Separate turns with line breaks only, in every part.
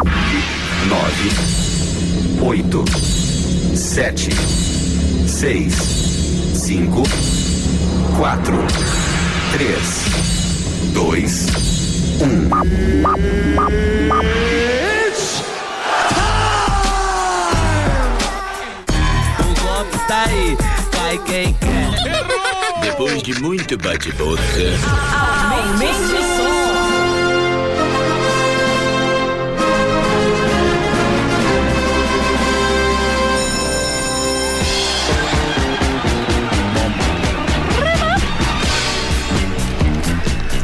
Nove, oito, sete, seis, cinco, quatro, três, dois, um.
O golpe tá aí, vai quem quer.
Depois de muito bate-boca,
Aumente o som.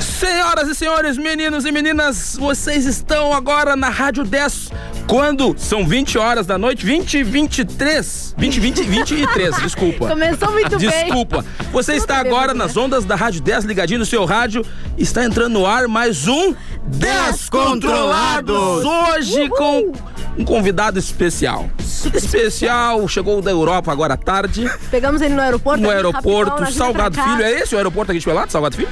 Senhoras e senhores, meninos e meninas, vocês estão agora na Rádio 10. Quando são 20 horas da noite, 20 e 23. 20, 20 e 23, desculpa.
Começou muito bem.
Desculpa. Você está
bem,
agora
Rodrigo.
nas ondas da Rádio 10, ligadinho no seu rádio. Está entrando no ar mais um Descontrolados. Hoje com um convidado especial. Especial, chegou da Europa agora à tarde,
Pegamos ele no aeroporto.
no
aqui,
aeroporto
rapidão, na vinda
Salgado
pra cá.
Filho. É esse o aeroporto aqui de Pelotas, Salgado Filho?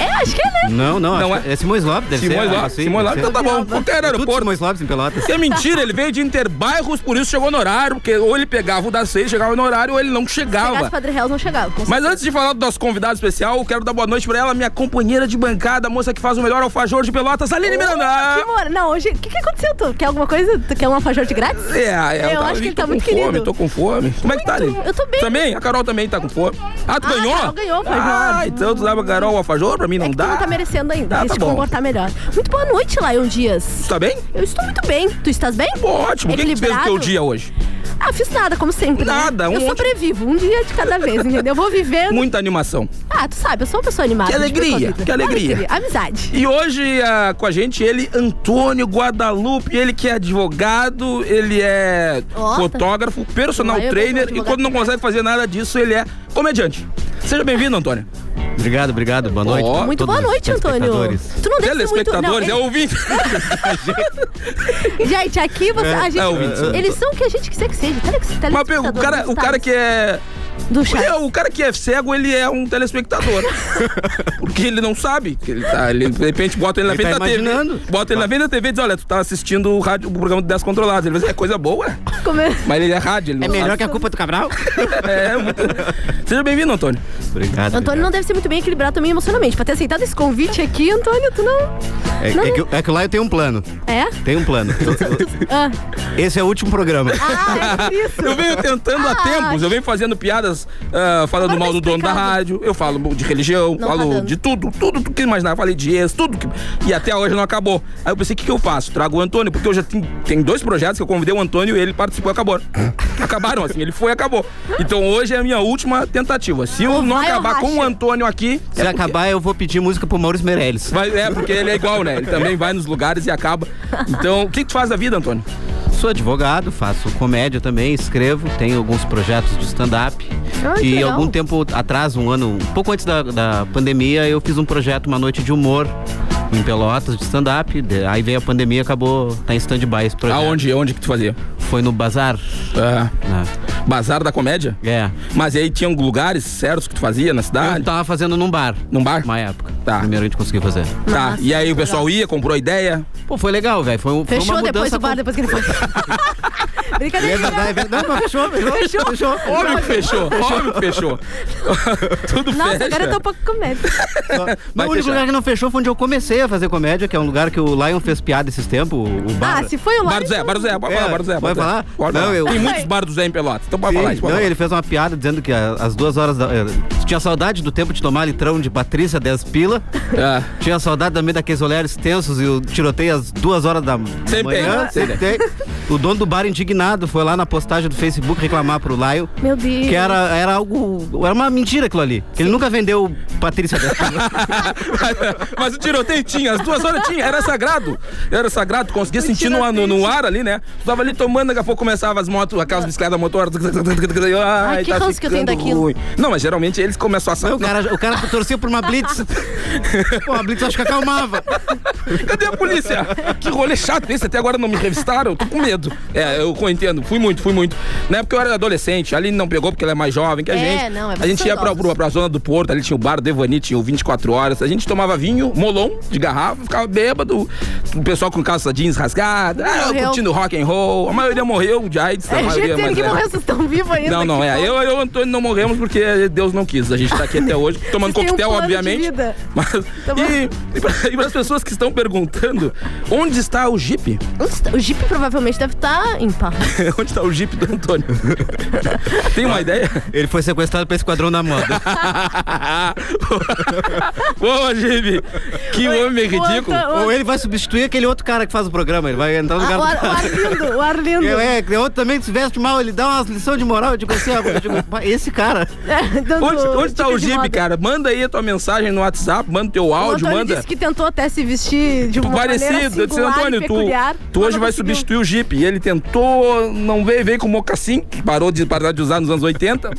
É, acho que é, né?
Não, não,
Não
acho que
é?
é Simões Lopes, deve
Simões
ser.
Lopes, Simões Lopes, então tá bom. Qualquer
Era Tudo
aeroporto.
Simões Lopes em Pelotas.
Isso é mentira, ele veio de interbairros, por isso chegou no horário, porque ou ele pegava o das seis, chegava no horário, ou ele não
Pegasse
chegava.
Padre Real, não chegava. com
Mas antes de falar do nosso convidado especial, eu quero dar boa noite pra ela, minha companheira de bancada, a moça que faz o melhor alfajor de pelotas, Aline
Que
Miranda.
mora? Não, hoje. O que, que aconteceu? Tu quer alguma coisa? Tu quer um alfajor de grátis?
É, é,
Eu
tava
acho
ali,
que ele
tô
tá muito
com fome,
querido.
Tô com fome. Como é que tá, Aline?
eu tô bem.
Também? A Carol também tá com fome. Ah, tu
Ah,
ganhou?
a Carol ganhou o alfajor.
Ah, então tu dá pra Carol o alfajor? Pra mim não
é que
dá.
tu não tá merecendo ainda.
Tá,
Deixa
tá
eu te
bom.
comportar melhor. Muito boa noite, Lion Dias.
Tu tá bem?
Eu estou muito bem. Tu estás bem?
Pô, ótimo. O que, que tu fez no
Equilibrado?
teu dia hoje?
Ah, fiz nada, como sempre. né?
Nada, um
Eu
monte-
sobrevivo, um dia de cada vez, entendeu? Eu vou vivendo.
Muita animação.
Ah, tu sabe, eu sou uma pessoa animada.
Que
de ver com a
alegria,
vida.
que alegria.
Amizade.
E hoje ah, com a gente ele, Antônio Guadalupe, ele que é advogado, ele é
Ó, tá.
fotógrafo, personal
Lá eu
trainer
vou
e
advogado.
quando não consegue fazer nada disso, ele é comediante. Seja bem-vindo, Antônio.
Obrigado, obrigado. Boa noite.
Ó,
a
Muito
todos
boa
os
noite, Antônio.
telespectadores.
Tu não deve ser muito...
Telespectadores, é
não,
ouvinte.
ele- Gente, aqui você... a gente,
é ouvintes.
eles são o que a gente quiser que seja. Tá, Tele...
Mas pega, o
telespectador
cara,
dos
o cara
estados
que é,
Do chat.
é, o cara que é cego, ele é um telespectador. Porque ele não sabe. que Ele tá, ele, de repente bota ele na
Ele
frente
tá
da TV.
imaginando.
Bota ele na frente da TV e diz: "Olha, tu tá assistindo o rádio, o programa do Descontrolados". Ele vai dizer: "É coisa boa".
Como é-
Mas ele é rádio, ele
É
não
melhor
sabe.
que a culpa do Cabral?
É, muito... Seja bem-vindo, Antônio.
obrigado.
Antônio não deve ser muito bem equilibrado também emocionalmente. Pra ter aceitado esse convite aqui, Antônio, tu não...
É,
não-
é que, é que lá eu tenho um plano.
É?
Tem um plano.
Ah,
Esse é o último programa.
ah, é isso.
Eu venho tentando há
Ah,
tempos, eu venho fazendo piadas, ah, falando
Agora
mal
tá
do dono da
explicado.
rádio, eu falo de religião,
Não tá
falo
dando.
de tudo, tudo que imaginar, falei de ex, tudo que. E até hoje não acabou. Aí eu pensei, o que, que eu faço? Trago o Antônio, porque eu já tenho, tem dois projetos que eu convidei o Antônio e ele participou e acabou. Acabaram assim, ele foi e acabou. Então hoje é a minha última tentativa. Se eu
Ou
não
vai ou
acabar com o
racha.
Antônio aqui.
Se
é porque-
acabar, eu vou pedir música pro Maurício Meirelles.
Vai, é, porque ele é igual, né? Ele também vai nos lugares e acaba. Então, o que, que tu faz da vida, Antônio?
Sou advogado, faço comédia também, escrevo, tenho alguns projetos de stand-up.
Ah, que
e
legal.
algum tempo atrás, um ano, um pouco antes da, da pandemia, eu fiz um projeto, uma noite de humor em Pelotas de stand-up. De- Aí veio a pandemia, acabou, tá em stand-by esse projeto.
Aonde? Onde que tu fazia?
Foi no bazar.
Ah,
né?
Bazar da Comédia?
É.
Mas aí tinham lugares certos que tu fazia na
Eu
cidade?
tava fazendo num bar.
Num bar?
Uma época.
Tá.
Primeiro a gente conseguiu fazer.
Tá.
Nossa,
E aí o pessoal ia, comprou a ideia.
Pô, foi legal, velho. Foi, um, foi uma
Fechou depois
mudança.
do bar,
com-
depois que ele foi. Brincadeira. né?
É verdade, é verdade. Não, mas fechou, fechou. Fechou.
Óbvio que fechou, óbvio que fechou. Tudo
Nossa,
fecha.
agora eu tô um pouco com medo.
Não,
Vai
o único
fechar.
lugar que não fechou foi onde eu comecei a fazer comédia, que é um lugar que o Lion fez piada esses tempos, o bar.
Ah, se foi o
Bar do
Lion...
Zé, Bar do Zé, pode falar,
É,
Bar do Zé.
vai
pode
falar?
Pode
Não,
falar.
eu-
Tem muitos Bar do Zé em Pelotas, então pode
Sim,
falar isso. pode
não,
falar.
ele fez uma piada dizendo que a- às duas horas da. eh, Tinha saudade do tempo de tomar litrão de Patrícia 10 pila.
É.
Tinha saudade também daqueles olhares tensos e o tiroteio às duas horas da
Sempre
manhã.
tem, sempre
tem. O dono do bar indignado foi lá na postagem do Facebook reclamar pro Laio
Meu Deus.
que era, era algo. Era uma mentira aquilo ali. Que ele nunca vendeu Patrícia 10 pila.
Mas o tiroteio tinha, as duas horas tinha, era sagrado. Era sagrado, conseguia sentir no, no, no ar ali, né? Tu tava ali tomando, daqui a pouco começava as motos, aquelas bicicletas motoras. Ai, tá
Ai, que ranço que eu tenho
ficando
daquilo.
ruim. Não, mas geralmente eles começam a
Aí
sair.
o cara, o cara torceu por uma blitz. Pô, a blitz eu acho que acalmava.
Cadê a polícia? Que rolê chato esse, até agora não me revistaram, eu tô com medo. É, eu eu entendo. Fui muito, fui muito. Na época eu era adolescente, ali não pegou porque ela é mais jovem que a
É,
gente.
não, é
a gente ia pra,
saudosa.
pra, pra zona do Porto, ali tinha o bar do Evani, tinha o 24 horas. A gente tomava vinho, molon de garrafa, ficava bêbado. O pessoal com calça jeans rasgada, ah, eu
Morreu.
curtindo rock and roll. A maioria morreu de AIDS, a
É,
maioria
gente,
mas
que
é.
morreu, vocês estão vivos ainda.
Não,
que
não,
bom.
é. Eu eu e o Antônio não morremos porque Deus não quis. A gente tá aqui até hoje, tomando
Vocês têm um
coquetel,
plano de
obviamente.
vida. Tá
Mas, e e para as pessoas que estão perguntando, onde está o Jeep?
Onde está- O Jeep provavelmente deve estar em paz.
onde está o Jeep do Antônio? Tem
Ah.
uma ideia?
Ele foi sequestrado pelo Esquadrão da Moda.
Boa, Jeep! Que homem é
O
ridículo! é
Anto- o-
Ou ele vai substituir aquele outro cara que faz o programa, ele vai entrar no
Ah,
lugar
o, Ar- o
do cara.
Arlindo, o Arlindo.
É, é, outro também que se veste mal, ele dá umas lições de moral, eu digo assim, ó, eu digo, "Pá, esse cara.
É, dando
Onde, onde tá
dica
o
de
Jeep,
moda.
cara? Manda aí a tua mensagem no WhatsApp, manda teu
O
áudio,
Antônio
manda.
disse que tentou até se vestir de
Tu
uma maneira
parecido, eu disse,
singular
Antônio,
e
tu,
peculiar,
tu
mas
hoje
não
vai
conseguiu.
substituir o Jeep. E ele tentou, não veio, veio com o mocassim, que parou de parar de usar nos anos 80.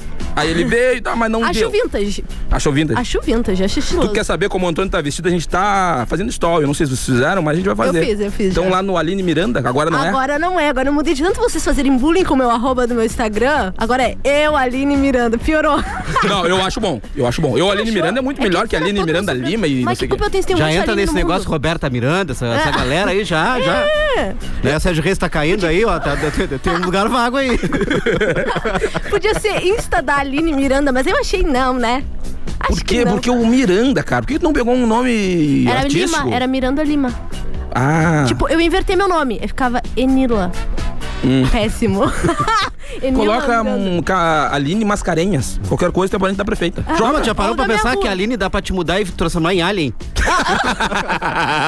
Aí ele veio e tá, mas não
um. Acho
deu.
vintage.
Achou vinda.
Acho vintage, acho
Tu
estiloso.
quer saber como o Antônio tá vestido? A gente tá fazendo story. Eu não sei se vocês fizeram, mas a gente vai fazer.
fiz, eu fiz
Então
já.
lá no Aline Miranda, agora não é?
Agora não é, agora eu mudei de tanto vocês fazerem bullying com o meu arroba do meu Instagram. Agora é eu, Aline Miranda. Piorou.
Não, eu acho bom. Eu acho bom. Eu, Aline Miranda, é muito
tá. É que
melhor que a
pra
Aline
todo
Miranda
mundo-
Lima e não
Mas
sei
que
o quê.
culpa eu tenho se tem um
Já
monte de
entra
Aline
nesse
no mundo? É.
negócio, Roberta Miranda, essa, essa galera aí já, já. Né, o Sérgio Reis tá caindo aí, ó, tá- tá- tem um lugar vago aí.
Podia ser Insta da Aline Miranda, mas eu achei não, né? Acho
Por
que
quê?
não.
Porque o Miranda, cara. Por que tu não pegou um nome
Era
artístico?
Lima, era Miranda Lima.
Ah,
Tipo, eu invertei meu nome. Eu ficava Enila. Péssimo. Enila
Hum. coloca
Miranda.
um, ca- Aline Mascarenhas. Qualquer coisa, tem parente tá da prefeita.
João, já parou
Ou da
pra
minha
pensar
rua.
que a Aline dá pra te mudar e transformar em Alien?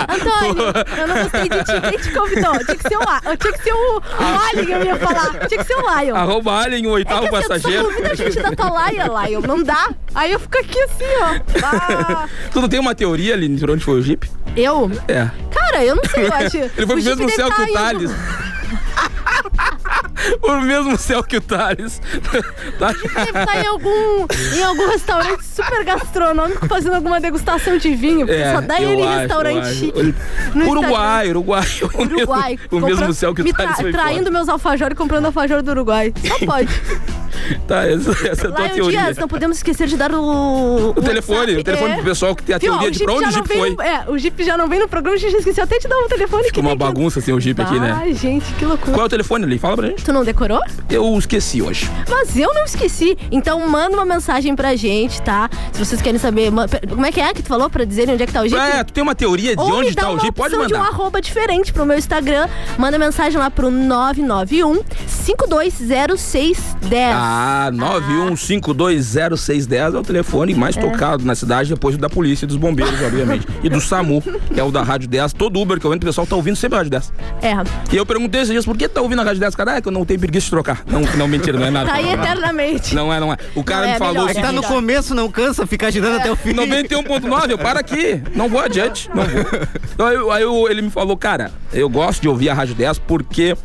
Antônio, eu não gostei de ti. Quem te convidou? Tinha que ser o, A- tinha que ser o, o
Ah.
Alien, eu ia falar. Tinha que ser o Lion.
Arroba Alien, o oitavo
é que, assim, tu só
Ah, tá um passageiro.
convida a gente da tua laia, Lion. Não dá. Aí eu fico aqui assim, ó. Ah.
Tu não tem uma teoria, Aline, de onde foi o Jeep?
Eu?
É.
Cara, eu não sei, eu acho.
Ele foi pro
o Jeep
mesmo
deve
céu
tá
que o
indo-
Thales. Por mesmo céu que o Thales. Tá-
Deve estar em algum, em algum restaurante super gastronômico fazendo alguma degustação de vinho. porque só dá
É, eu
ele em
acho, eu
restaurante
acho.
chique.
Olha,
no
Uruguai, Uruguai. o mesmo-
Uruguai.
O mesmo,
comprando-
céu que o
me tra-
Thales foi
Traindo
embora.
meus alfajores e comprando alfajor do Uruguai. Só pode.
Tá, essa, essa é a tua
Lion
teoria.
Dias, não podemos esquecer de dar o.
O telefone, o
WhatsApp.
telefone pro pessoal que tem a
É. Viu, ó,
teoria
o
de pra
Jeep
onde
já não
o Jeep
vem
foi.
no- é, o Jeep já não vem no programa, a gente esqueceu até de dar um telefone que
Ficou uma
tem que-
bagunça sem o Jeep aqui, né?
Ai, gente, que loucura.
Qual é o telefone ali? Fala pra gente.
Tu não decorou?
Eu esqueci hoje.
Mas eu não esqueci. Então manda uma mensagem pra gente, tá? Se vocês querem saber. ma- pe- Como é que é que tu falou pra dizer onde é que tá o Jeep?
É, tu tem uma teoria de
Ou me
onde
dá
tá o
uma
Jeep? Pode
opção de um
mandar.
arroba diferente pro meu Instagram. Manda mensagem lá pro 991 520610.
Ah, 91520610 é o telefone mais tocado na cidade, depois do da polícia e dos bombeiros, obviamente. E do SAMU, que é o da Rádio 10. Todo Uber que eu entro, o pessoal tá ouvindo sempre a Rádio 10.
É.
E eu perguntei esses dias, por que tá ouvindo a Rádio 10? Cara, é que eu não tenho preguiça de trocar. Não, não mentira, não é nada.
Tá aí
não, é nada.
eternamente.
não é, não é. O cara
Não, é
me falou
melhor,
o
É que tá
seguinte,
no começo, não cansa, fica girando até o fim.
91.9, eu paro aqui. Não vou adiante. Não vou. Então, aí, eu- aí eu- ele me falou, cara, eu gosto de ouvir a Rádio 10 porque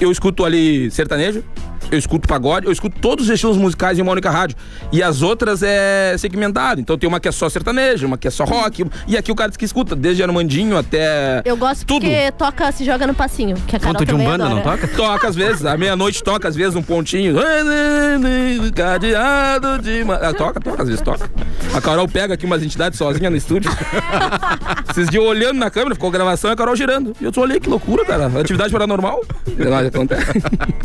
eu escuto ali sertanejo, eu escuto pagode, eu escuto todos os estilos musicais em uma única rádio. E as outras é segmentado. Então tem uma que é só sertanejo, uma que é só rock. E aqui o cara diz que escuta, desde Armandinho até.
Eu gosto
Tudo.
porque toca, se joga no passinho. Que a Carol
Ponto de
também
Umbanda,
adora.
não toca?
Toca às vezes, à meia-noite toca às vezes um pontinho. Cadeado de. ma- Ah, toca, toca, às vezes toca. A Carol pega aqui umas entidades sozinha no estúdio. Esses dias eu olhando na câmera, ficou gravação e a Carol girando. E eu só olhei, que loucura, cara. Atividade paranormal. Olha, acontece.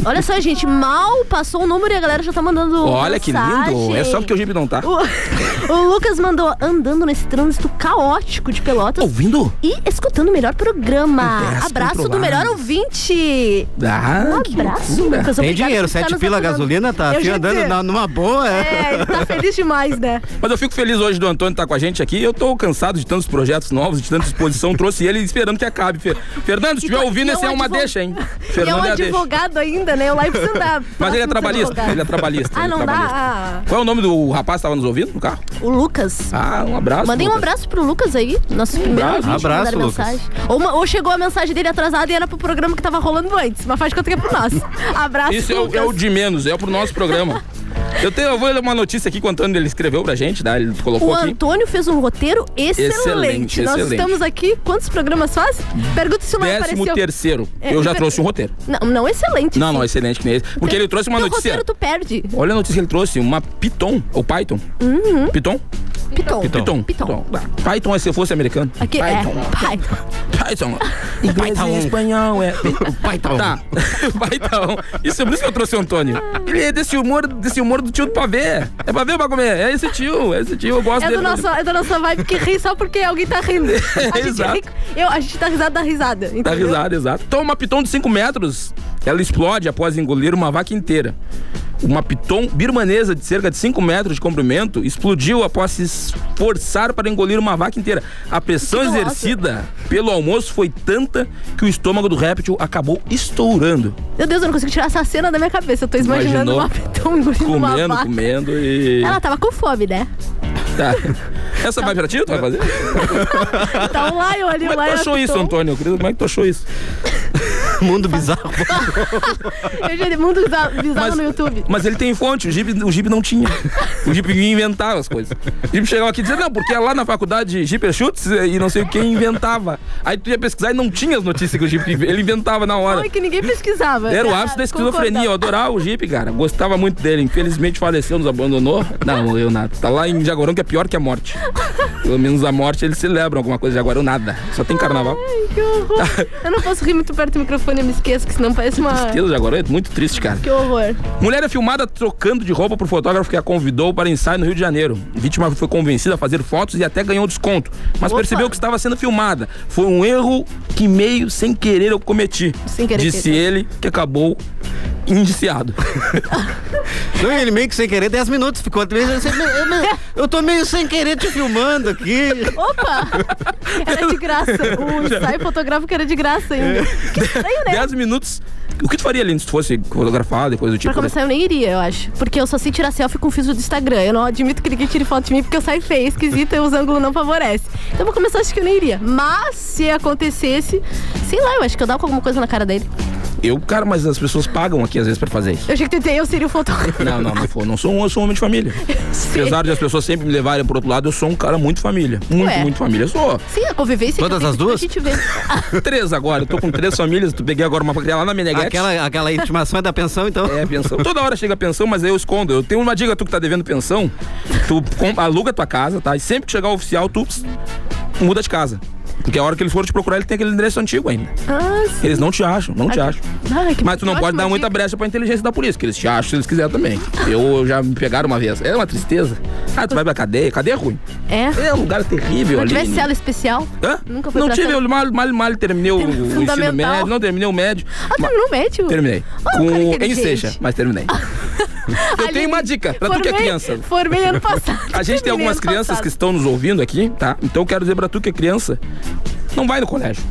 Olha só, gente, mal passou o número e a galera já tá mandando.
Olha que lindo.
mensagem.
É só porque o Jeep não tá.
O, o Lucas mandou andando nesse trânsito caótico de Pelotas
Ouvindo?
e escutando o melhor programa.
Ideias
Abraço do
controladas.
melhor ouvinte.
Ah,
Um
que
abraço,
loucura.
Lucas.
Tem
Obrigada
dinheiro,
por estar
sete
nos
pila a
ajudando.
gasolina, tá
Eu
assim,
já ia
andando
dizer.
na- numa boa.
É, ele tá feliz demais, né?
Mas eu fico feliz hoje do Antônio estar com a gente aqui. Eu tô cansado de tantos projetos novos, de tanta exposição. Trouxe ele esperando que acabe. Fer- Fernando, se
E tu-
estiver ouvindo,
e é um
essa é uma
advog-
deixa, hein?
e é um
Fernando é a deixa.
advogado ainda, né? O Live andar.
Mas ele é trabalhista, ele é trabalhista.
Ah,
ele é
não
trabalhista.
dá.
Qual é o nome do rapaz que tava nos ouvindo no carro?
Ah, O Lucas.
Ah, um abraço.
Mandei um
Lucas.
abraço pro Lucas aí, nosso primeiro
abraço.
ouvinte que
Abraço,
mandaram
Lucas.
mensagem. Ou, uma- ou chegou a mensagem dele atrasada e era pro programa que tava rolando antes, mas faz de conta que é pro nosso. Abraço,
Isso é o,
Lucas.
é o de menos, é pro nosso programa. Eu, tenho, eu vou ler uma notícia aqui que o Antônio ele escreveu pra gente, tá? Ele colocou
O
aqui.
Antônio fez um roteiro excelente.
Excelente,
Nós
excelente.
estamos aqui. Quantos programas faz? Pergunta se o Léo
Décimo
apareceu.
terceiro.
É,
Eu já
per-
trouxe um roteiro.
Não, não excelente.
Não,
sim.
não, excelente que nem esse. Porque ele trouxe uma
Teu
notícia.
um roteiro tu perde.
Olha a notícia que ele trouxe, uma Python, ou Python. Python?
Piton.
Python.
Uhum. Python.
Ah, Python é se fosse americano.
Aqui é
Python.
Python.
Python. Inglês e espanhol é.
Python.
Tá, Python. Isso é por isso que eu trouxe o Antônio. Ele é desse humor, desse humor do tio do pavê. É pavê ou pra comer? É esse tio, é esse tio, eu gosto
É,
dele.
do nosso, é da nossa vibe que ri só porque alguém tá rindo. A gente,
Exato.
ri, eu, a gente tá risada da risada.
Dá
entendeu?
risada, exato. Então, uma piton de 5 metros, ela explode após engolir uma vaca inteira. Uma piton birmanesa de cerca de 5 metros de comprimento explodiu após se esforçar para engolir uma vaca inteira. A pressão
Que gulosa.
exercida pelo almoço foi tanta que o estômago do réptil acabou estourando.
Meu Deus, eu não consigo tirar essa cena da minha cabeça. Eu tô imaginando
Imaginou?
uma Piton engolindo uma
Comendo,
vaca.
comendo e.
Ela tava com fome, né?
Tá. Essa vai pra ti? Tu vai fazer?
Tá um lion ali, um
Como é
lion.
que tu achou
é
isso,
Piton.
Antônio? Como é que tu achou isso?
Mundo bizarro.
Eu já dei mundo bizar- bizarro
Mas-
no YouTube.
Mas ele tem fonte, o Jeep, o Jeep não tinha. O Jeep vinha inventar as coisas. O Jeep chegava aqui e dizia, não, porque lá na faculdade Jeep é chutes e não sei o que inventava. Aí tu ia pesquisar e não tinha as notícias que o Jeep ele inventava na hora.
Não, é que ninguém pesquisava.
Era o
Cara,
ápice da esquizofrenia, eu
concordava.
adorava o Jeep, cara. Gostava muito dele. Infelizmente faleceu, nos abandonou. Não, não morreu nada. Tá lá em Jaguarão que é pior que a morte. Pelo menos a morte eles celebram alguma coisa. Jaguarão nada. Só tem carnaval.
Ai, que horror. Eu não posso rir muito perto do microfone, eu me esqueço, que senão parece uma.
Tristeza, Jaguarão é muito triste, cara.
Que horror.
Mulher é filmada trocando de roupa pro fotógrafo que a convidou para ensaio no Rio de Janeiro. A vítima foi convencida a fazer fotos e até ganhou desconto, mas
Opa.
percebeu que estava sendo filmada. Foi um erro que meio sem querer eu cometi.
Sem querer,
Disse
querer.
ele que acabou indiciado.
Não, ele meio que sem querer, 10 minutos ficou. Eu, eu- eu tô meio sem querer te filmando aqui.
Opa! Era de graça. O ensaio fotográfico era de graça ainda.
É.
Que estranho, né?
Dez minutos. O que tu faria, Lino, se tu fosse fotografado e coisa do tipo?
Pra começar, eu nem iria, eu acho. Porque eu só sei tirar selfie com filtro do Instagram. Eu não admito que ninguém tire foto de mim porque eu saio feia, esquisita e os ângulos não favorecem. Então, pra começar, acho que eu nem iria. Mas, se acontecesse, sei lá, eu acho que eu dava com alguma coisa na cara dele.
Eu, cara, mas as pessoas pagam aqui às vezes pra fazer isso.
Eu achei que tentei, eu seria o fotógrafo.
Não, não, não, for, não sou um, eu sou um homem de família.
Sim.
Apesar de as pessoas sempre me levarem pro outro lado, eu sou um cara muito família. Muito,
Ué.
muito família. Eu sou.
Sim, a convivência.
Todas
que eu
as
tenho
duas?
pra gente ver.
três agora. Eu tô com três famílias. Tu peguei agora uma pra criar lá na Meneghete.
Aquela, aquela intimação é da pensão, então.
É, pensão. Toda hora chega a pensão, mas aí eu escondo. Eu tenho uma dica, tu que tá devendo pensão, tu com- aluga tua casa, tá? E sempre que chegar o oficial, tu ps, muda de casa. Porque a hora que eles forem te procurar, ele tem aquele endereço antigo ainda.
Ah, sim.
Eles não te acham, não te acham.
Ai, que
Mas tu não
ótima
pode dar muita
dica.
brecha pra inteligência da polícia, que eles te acham se eles quiserem também. Eu já me pegaram uma vez. É uma tristeza. Ah, tu vai pra cadeia. Cadeia é ruim.
É.
É um lugar terrível
Não
ali. né?
tivesse cela especial.
Hã?
Nunca foi
Não
pra
tive,
cela.
eu mal, mal, mal terminei o, o ensino
Fundamental.
médio. Não terminei o médio.
Ah,
Ma-
terminou o médio?
Terminei.
Ah,
Com
cara
em
inteligente. Ah,
Seixa, mas terminei. Eu
Ali-
tenho uma dica pra tu que é
Formei-
criança.
Formei ano passado.
A gente tem algumas crianças que estão nos ouvindo aqui, tá? Então eu quero dizer pra tu que é criança, não vai no colégio.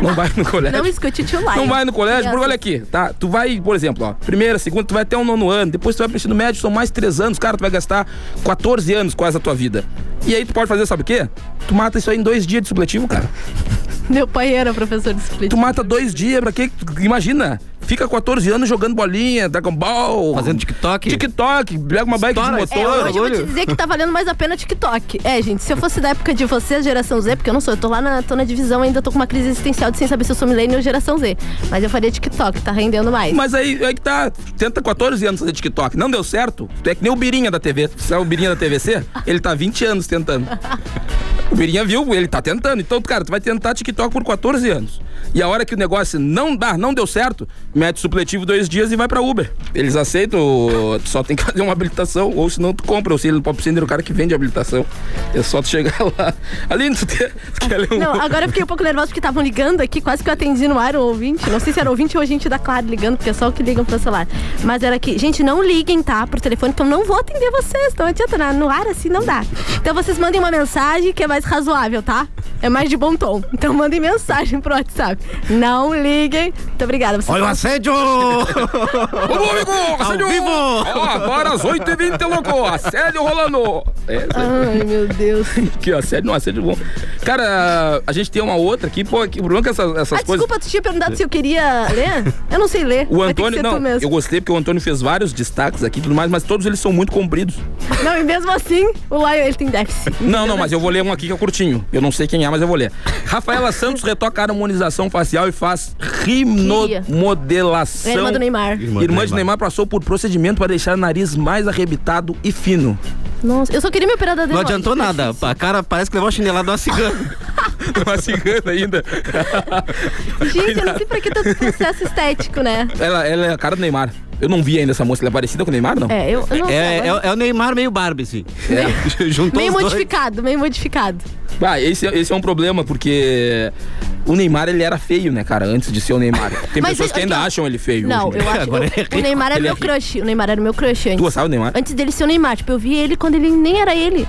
Não vai no colégio.
Não escute o tio Lion.
é Não vai no colégio,
Crianças.
porque olha aqui, tá? Tu vai, por exemplo, ó, primeira, segunda, tu vai até o nono ano, depois tu vai pro ensino médio, são mais três anos, cara, tu vai gastar 14 anos quase a tua vida. E aí tu pode fazer, sabe o quê? Tu mata isso aí em dois dias de supletivo, cara.
Meu pai era professor de
Tu
supletivo.
mata dois dias, pra quê? Imagina, fica 14 anos jogando bolinha, Dragon Ball.
Fazendo TikTok.
TikTok, pega uma bike
Estoura,
de
É,
motor.
hoje eu vou te dizer que tá valendo mais a pena TikTok. É, gente, se eu fosse da época de vocês, geração Z, porque eu não sou, eu tô lá na, tô na divisão ainda, tô com uma crise existencial de sem saber se eu sou milênio ou geração Z. Mas eu faria TikTok, tá rendendo mais.
Mas aí, aí que tá, tenta 14 anos fazer TikTok. Não deu certo? Tu é que nem o Birinha da TV. Tu sabe o Birinha da TVC? Ele tá 20 anos tentando. O Birinha viu, ele tá tentando. Então, cara, tu vai tentar TikTok por 14 anos. E a hora que o negócio não dá, não deu certo, mete supletivo dois dias e vai pra Uber. Eles aceitam, tu só tem que fazer uma habilitação, ou senão tu compra. Ou se ele no Pop Center, o cara que vende habilitação. É só tu chegar lá. Aline, tu, te, tu quer ler um...
Não, agora eu fiquei um pouco nervosa porque estavam ligando aqui, quase que eu atendi no ar o ouvinte. Não sei se era ouvinte ou a gente da Claro ligando, porque é só o que ligam pro celular. Mas era aqui, gente, não liguem, tá? Pro telefone, que eu não vou atender vocês. Não adianta, na- no ar assim não dá. Então vocês mandem Então, uma mensagem, que é mais mais razoável, tá? É mais de bom tom. Então mandem mensagem pro WhatsApp. Não liguem. Muito obrigada. Vocês
Olha o assédio!
Ô, amigo! Assédio!
vivo!
Ó, agora às 8h20, louco! Assédio rolando! É,
Ai, meu Deus. Ah,
que assédio, não, assédio bom. Cara, a gente tem uma outra aqui, pô, que o problema é que essas, essas
Ah,
coisas...
desculpa, tu tinha perguntado se eu queria ler? Eu não sei ler.
O
Vai ter
Antônio,
que ser tu
não,
mesmo.
eu gostei porque o Antônio fez vários destaques aqui e tudo mais, mas todos eles são muito compridos.
Não, e mesmo assim, o Lion, ele tem déficit.
Não, não, mas eu vou ler um aqui que é curtinho. Eu não sei quem é, mas eu vou ler. Rafaela Santos retoca a harmonização facial e faz
É a irmã
rimodelação.
do Neymar.
Irmã, de Neymar passou por procedimento para deixar o nariz mais arrebitado e fino.
Nossa, eu só queria me operar da
Não
adenoide.
adiantou nada. A cara parece que levou a chinelada de uma cigana.
Uma cigana ainda.
Gente, eu não sei pra que tanto processo estético, né?
Ela, ela é a cara do Neymar. Eu não vi ainda essa moça. Ela é parecida com o Neymar, não?
É, eu, eu não
É,
sei.
é, é o Neymar meio Barbie, assim. Juntou
meio
os dois.
modificado, meio modificado.
Ah, esse, esse é um problema, porque o Neymar, ele era feio, né, cara? Antes de ser o Neymar. Tem
Mas
pessoas
eu-
que ainda
eu-
acham ele feio.
Não,
hoje,
eu
né?
acho
Agora ele é
que o- o Neymar era
Ele é
meu
rico.
crush. O Neymar era meu crush
Tu
antes.
sabe o Neymar?
Antes dele ser o Neymar, tipo, eu vi ele quando ele nem era ele.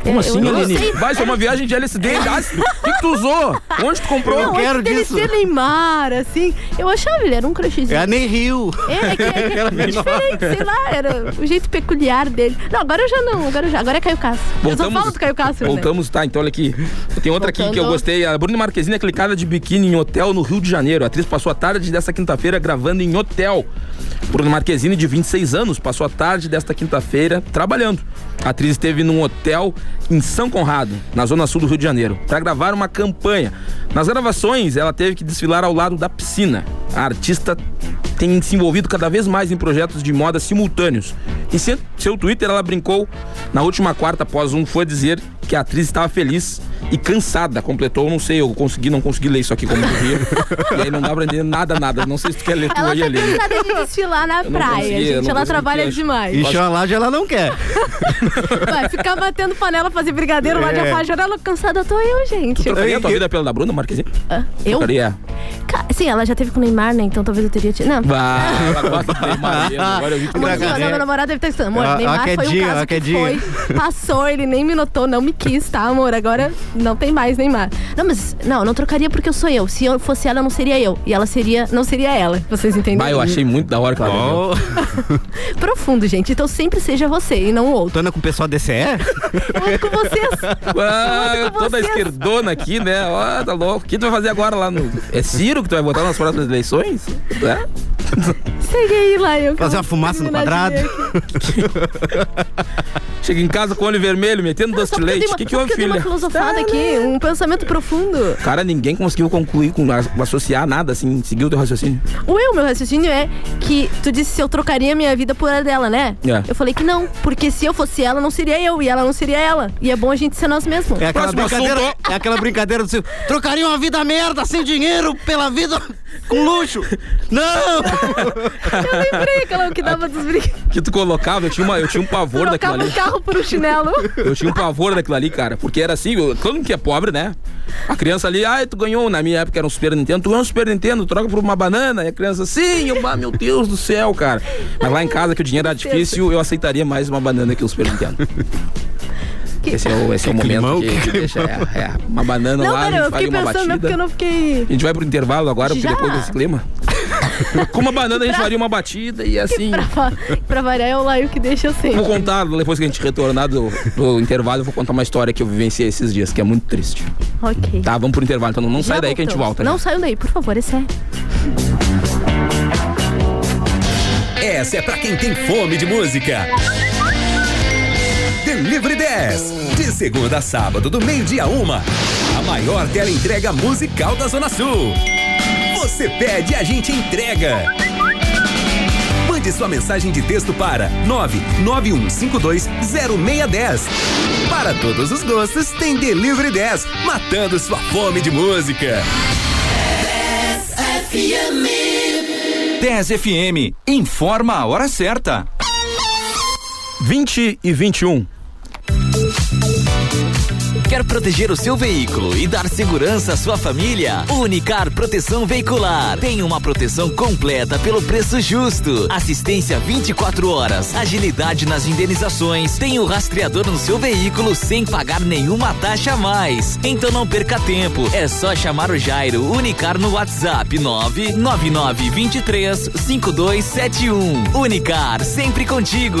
É,
Como
Eu-
assim,
eu, eu não
Aline?
sei.
Vai, isso é uma viagem de LSD ácido. O que, que tu usou? Onde tu comprou?
Eu
Não,
quero
antes dele
disso.
ser Neymar, assim, eu achava ele era um crushzinho.
É a Ney Rio.
É, é que, é que era diferente, sei lá, era o jeito peculiar dele. Não, agora eu já não, agora eu já. Agora é Caio Castro. eu só falo do Caio Castro, né?
Voltamos, tá, então olha aqui. Tem outra aqui que eu
Voltando.
gostei. A Bruna Marquezine é clicada de biquíni em hotel no Rio de Janeiro. A atriz passou a tarde desta quinta-feira gravando em hotel. Bruna Marquezine, de 26 anos, passou a tarde desta quinta-feira trabalhando. A atriz esteve num hotel em São Conrado, na zona sul do Rio de Janeiro, para gravar uma campanha. Nas gravações, ela teve que desfilar ao lado da piscina. A artista tem se envolvido cada vez mais em projetos de moda simultâneos. Em seu- seu Twitter, ela brincou na última quarta após um foi dizer que a atriz estava feliz e cansada. Completou, não sei, eu consegui, não consegui ler isso aqui como devia. e aí não dá pra entender nada, nada. Não sei se tu quer ler tu
Ela
aí,
tá
ali.
cansada de desfilar na
não
praia,
consegui, eu
gente.
não
Ela
consegui,
trabalha
eu acho.
demais.
E choralagem ela não quer.
Vai ficar batendo panela, fazer brigadeiro, lá de
É.
afajora, ela cansada, tô eu, gente.
Trocaria a tua vida pela da Bruna Marquezine? é.
Hã? Eu?
Trocaria.
Ca- Sim, ela já teve com o Neymar, né? Então talvez eu teria tido. Não.
Bah, ela gosta do Neymar mesmo, Agora eu vi que
Amorzinho,
Graças a
não,
Deus.
meu namorado deve estar escutando. Amor,
Ah,
Neymar
ah,
é
foi um
quedinha,
caso
ah,
que
quedinha.
foi. Passou, ele nem me notou, não me quis, tá, amor? Agora não tem mais Neymar. Não, mas não, não trocaria porque eu sou eu. Se eu fosse ela, eu não seria eu. E ela seria, não seria ela. Vocês entendem?
Bah, eu achei muito da hora que ela
Tá
bebeu.
Ó,
Profundo, gente. Então sempre seja você e não o outro.
tu anda com o pessoal é? DCE?
Eu tô com vocês.
Ah,
Eu
eu
tô com
toda
vocês.
esquerdona aqui, né? Ó, tá louco. O que tu vai fazer agora lá no. É Ciro que tu vai votar nas próximas eleições? É?
Segue aí lá, eu. que
Fazer
eu
uma
vou
fumaça no
terminar de
quadrado.
ler aqui.
Chega em casa com olho vermelho, metendo doce
Só
de
porque eu dei
leite.
uma-
O que, que
só
houve,
porque eu dei
filha? Tá, né?
uma filosofada aqui, um pensamento profundo.
Cara, ninguém conseguiu concluir, com, as- associar nada, assim, seguir o teu raciocínio.
O eu, meu raciocínio é que tu disse se eu trocaria minha vida por a dela, né?
É.
Eu falei que não, porque se eu fosse ela, não seria eu e ela não seria ela. E é bom a gente ser nós mesmos.
É aquela
Próximo
brincadeira.
assunto.
É aquela brincadeira do seu. Trocaria uma vida merda sem dinheiro pela vida com luxo. Não!
Eu lembrei aquela que dava dos brinquedos.
Que tu colocava, eu tinha, uma, eu tinha um pavor daquilo
Trocava
ali.
o carro por um chinelo.
Eu tinha um pavor daquilo ali, cara. Porque era assim, eu- todo mundo que é pobre, né? A criança ali, ah, tu ganhou, na minha época era um Super Nintendo, tu ganhou um Super Nintendo, troca por uma banana. E a criança, sim, eu, ah, meu Deus do céu, cara. Mas lá em casa, que o dinheiro era difícil, eu aceitaria mais uma banana que um Super Nintendo. Esse é o, esse é o momento
climão,
que, que deixa é, é, uma banana
Não,
lá,
pera,
a
eu
gente faz
fiquei
uma
pensando, né?
batida.
Porque eu não fiquei.
A gente vai pro intervalo agora, porque
Já?
depois desse clima. Com uma banana a gente faria uma batida e assim.
pra variar, é o Laio que deixa eu
Vou
sempre.
contar, depois que a gente retornar do, do intervalo, eu vou contar uma história que eu vivenciei esses dias, que é muito triste.
Ok.
Tá, vamos pro intervalo, então não
Já
sai daí que a gente
voltamos.
volta.
Não
né?
saiam daí, por favor, é sério.
Essa é pra quem tem fome de música. Delivery 10. De segunda a sábado, do meio-dia a uma. A maior tela entrega musical da Zona Sul. Você pede, a gente entrega. Mande sua mensagem de texto para 991520610. Para todos os gostos, tem Delivery 10, matando sua fome de música.
10 FM. Informa a hora certa.
20 e 21.
Quer proteger o seu veículo e dar segurança à sua família? Unicar Proteção Veicular. Tem uma proteção completa pelo preço justo. Assistência 24 horas, agilidade nas indenizações. Tem o rastreador no seu veículo sem pagar nenhuma taxa a mais. Então não perca tempo. É só chamar o Jairo Unicar no WhatsApp 99923 5271. Unicar, sempre contigo.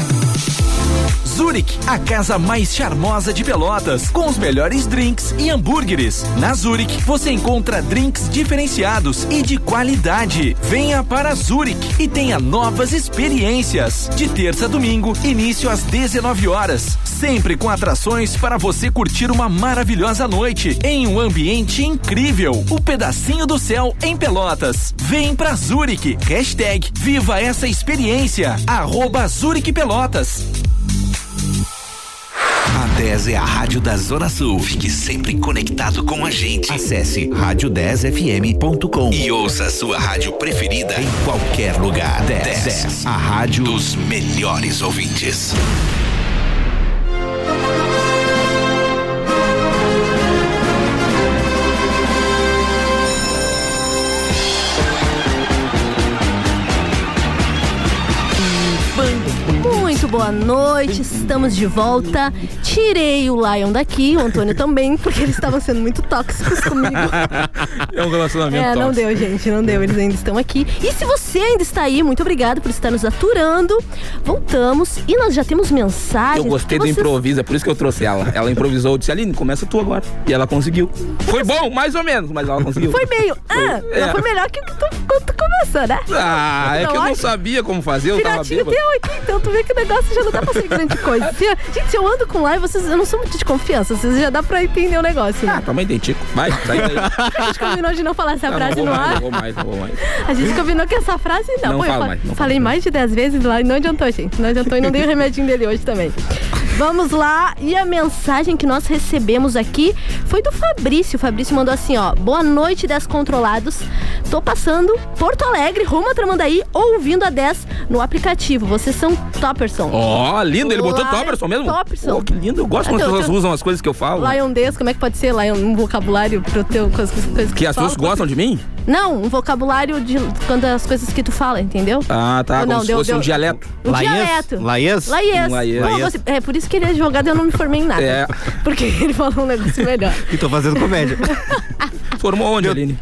Zurich, a casa mais charmosa de Pelotas, com os melhores drinks e hambúrgueres. Na Zurich, você encontra drinks diferenciados e de qualidade. Venha para Zurich e tenha novas experiências. De terça a domingo, início às 19 horas, sempre com atrações para você curtir uma maravilhosa noite em um ambiente incrível. O pedacinho do céu em Pelotas. Vem pra Zurich. Hashtag Viva essa experiência. Arroba Zurich Pelotas.
A 10 é a rádio da Zona Sul. Fique sempre conectado com a gente. Acesse rádio10fm.com e ouça a sua rádio preferida em qualquer lugar. 10, 10, a rádio dos melhores ouvintes.
Muito boa noite, estamos de volta. Tirei o Lion daqui, o Antônio também, porque eles estavam sendo muito tóxicos comigo.
É um relacionamento
É, não
tóxico.
deu, gente, não deu. Eles ainda estão aqui. E se você ainda está aí, muito obrigado por estar nos aturando. Voltamos e nós já temos mensagens.
Eu gostei do
porque vocês-
improviso, é por isso que eu trouxe ela. Ela improvisou, eu disse, Aline, começa tu agora. E ela conseguiu. Foi bom, mais ou menos, mas ela conseguiu.
Foi meio. Ah,
É.
não foi melhor que o que tu, quando tu começou, né?
Ah, é que eu não sabia como fazer, eu tava
Piratinho
bêbado.
teu aqui, então tu vê que o negócio já não dá pra ser grande coisa. Se- Gente, se eu ando com live, vocês, eu não sou muito de confiança, vocês já dá pra entender o negócio.
Ah,
Né?
também tem tico. Vai, sai daí.
A gente combinou de não falar essa
Ah, não
frase
vou
no
mais,
ar.
não vou mais, não vou mais.
A gente combinou que essa frase não.
Não
Pô, eu
falo
fa-
mais, não
falei
falo.
mais de 10 vezes lá e não adiantou, gente. Não adiantou e não dei o remedinho dele hoje também. Vamos lá, e a mensagem que nós recebemos aqui foi do Fabrício. O Fabrício mandou assim, ó: Boa noite, Descontrolados. Tô passando Porto Alegre, rumo a Tramandaí, ouvindo a 10 no aplicativo. Vocês são Topperson.
Ó, lindo, ele botou
Lion
Toperson mesmo?
Topperson.
Ó, que lindo, eu gosto quando as
é Eu-
pessoas
eu-
usam as coisas que eu falo.
Lion Des, como é que pode ser Lion? Um vocabulário pro teu. com as coisas
Que
tu
as
fala?
pessoas gostam de mim?
Não, um vocabulário de quando as coisas que tu fala, entendeu?
Ah, tá,
Ou
como
não,
se
deu-
fosse
deu-
um dialeto.
Um
Laiês?
dialeto.
Laiês?
Laiês.
Um laiês.
Pô,
Laiês.
você- é por isso que ele é advogado e eu não me formei em nada.
É.
Porque ele falou um negócio melhor.
E tô fazendo comédia.
Formou onde, Aline?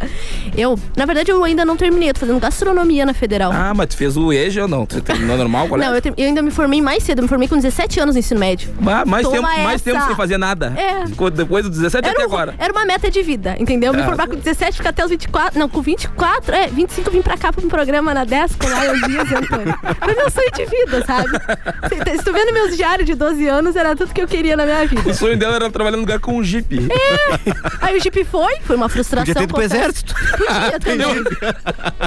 Eu, na verdade, eu ainda não terminei, eu tô fazendo gastronomia na federal.
Ah, mas tu fez o EJA ou não? Tu terminou normal? Qual é?
não, eu, ter- eu ainda me formei mais cedo, eu me formei com 17 anos no ensino médio.
Ma- Ah, mais
Toma
tempo, mais
essa.
tempo sem fazer nada.
É.
Ficou Depois dos 17 até
Era, um-
agora.
era uma meta de vida, entendeu?
É.
Me
Ah.
formar com 17, ficar até os 24. Não, com 24, é, 25 eu vim pra cá pra um programa na 10 com lá eu dias e Antônio. Foi meu sonho de vida, sabe? Se, se tu tá vendo meus diários de 12 anos, era tudo que eu queria na minha vida.
O sonho dela era trabalhar num lugar com um jipe.
É. Aí o Jeep foi, foi uma frustração.
Podia ter ido pro
confesso.
exército. Ah,
Podia também.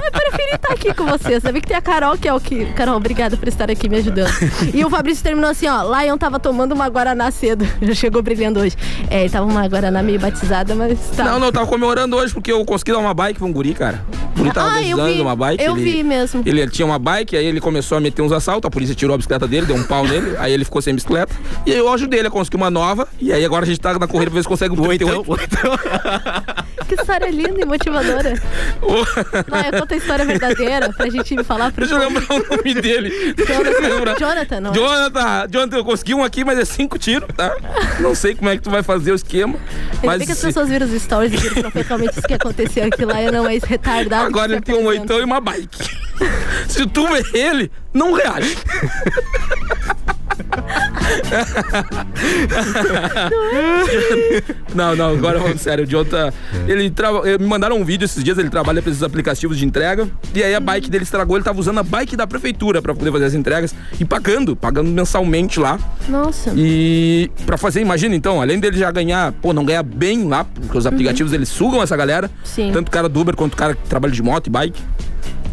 Eu preferi estar aqui com vocês. Sabe que tem a Carol, que é o que. Carol, obrigada por estar aqui me ajudando. E o Fabrício terminou assim, ó. Lion tava tomando uma Guaraná cedo. Já chegou brilhando hoje. É, ele tava uma Guaraná meio batizada, mas tá.
Não, não, eu tava comemorando hoje porque eu consegui dar uma bike pra um guri, cara. O guri tava
Ah, eu
precisando
vi.
de uma bike.
Eu vi mesmo.
Ele tinha uma bike, aí ele começou a meter uns assaltos, a polícia tirou a bicicleta dele, deu um pau nele, aí ele ficou sem bicicleta. E aí eu ajudei ele a conseguir uma nova, e aí agora a gente tá na corrida pra ver se consegue um
Ou então,
38.
ou então.
Que história linda e motivadora. Lion, conta a história verdadeira pra gente falar pro
Deixa eu lembrar o nome dele. Deixa eu lembrar.
Jonathan, Jonathan, não. é?
Jonathan, Jonathan, eu consegui um aqui, mas é cinco tiros, tá? Não sei como é que tu vai fazer o esquema,
Ainda bem
mas
que as pessoas viram os stories e viram perfeitamente isso que aconteceu aqui lá. Eu não é esse retardado. que
agora
se
ele tem um
apresenta.
oitão e uma bike. Se tu vê ele, não reage. Não, não, agora falando sério, o Jonathan, ele trava- eh, me mandaram um vídeo esses dias, ele trabalha pra esses aplicativos de entrega, e aí a bike dele estragou, ele tava usando a bike da prefeitura pra poder fazer as entregas e pagando, pagando mensalmente lá.
Nossa.
E pra fazer, imagina então, além dele já ganhar, pô, não ganhar bem lá, porque os aplicativos eles sugam essa galera.
Uhum. Sim.
Tanto o cara do Uber quanto o cara que trabalha de moto e bike.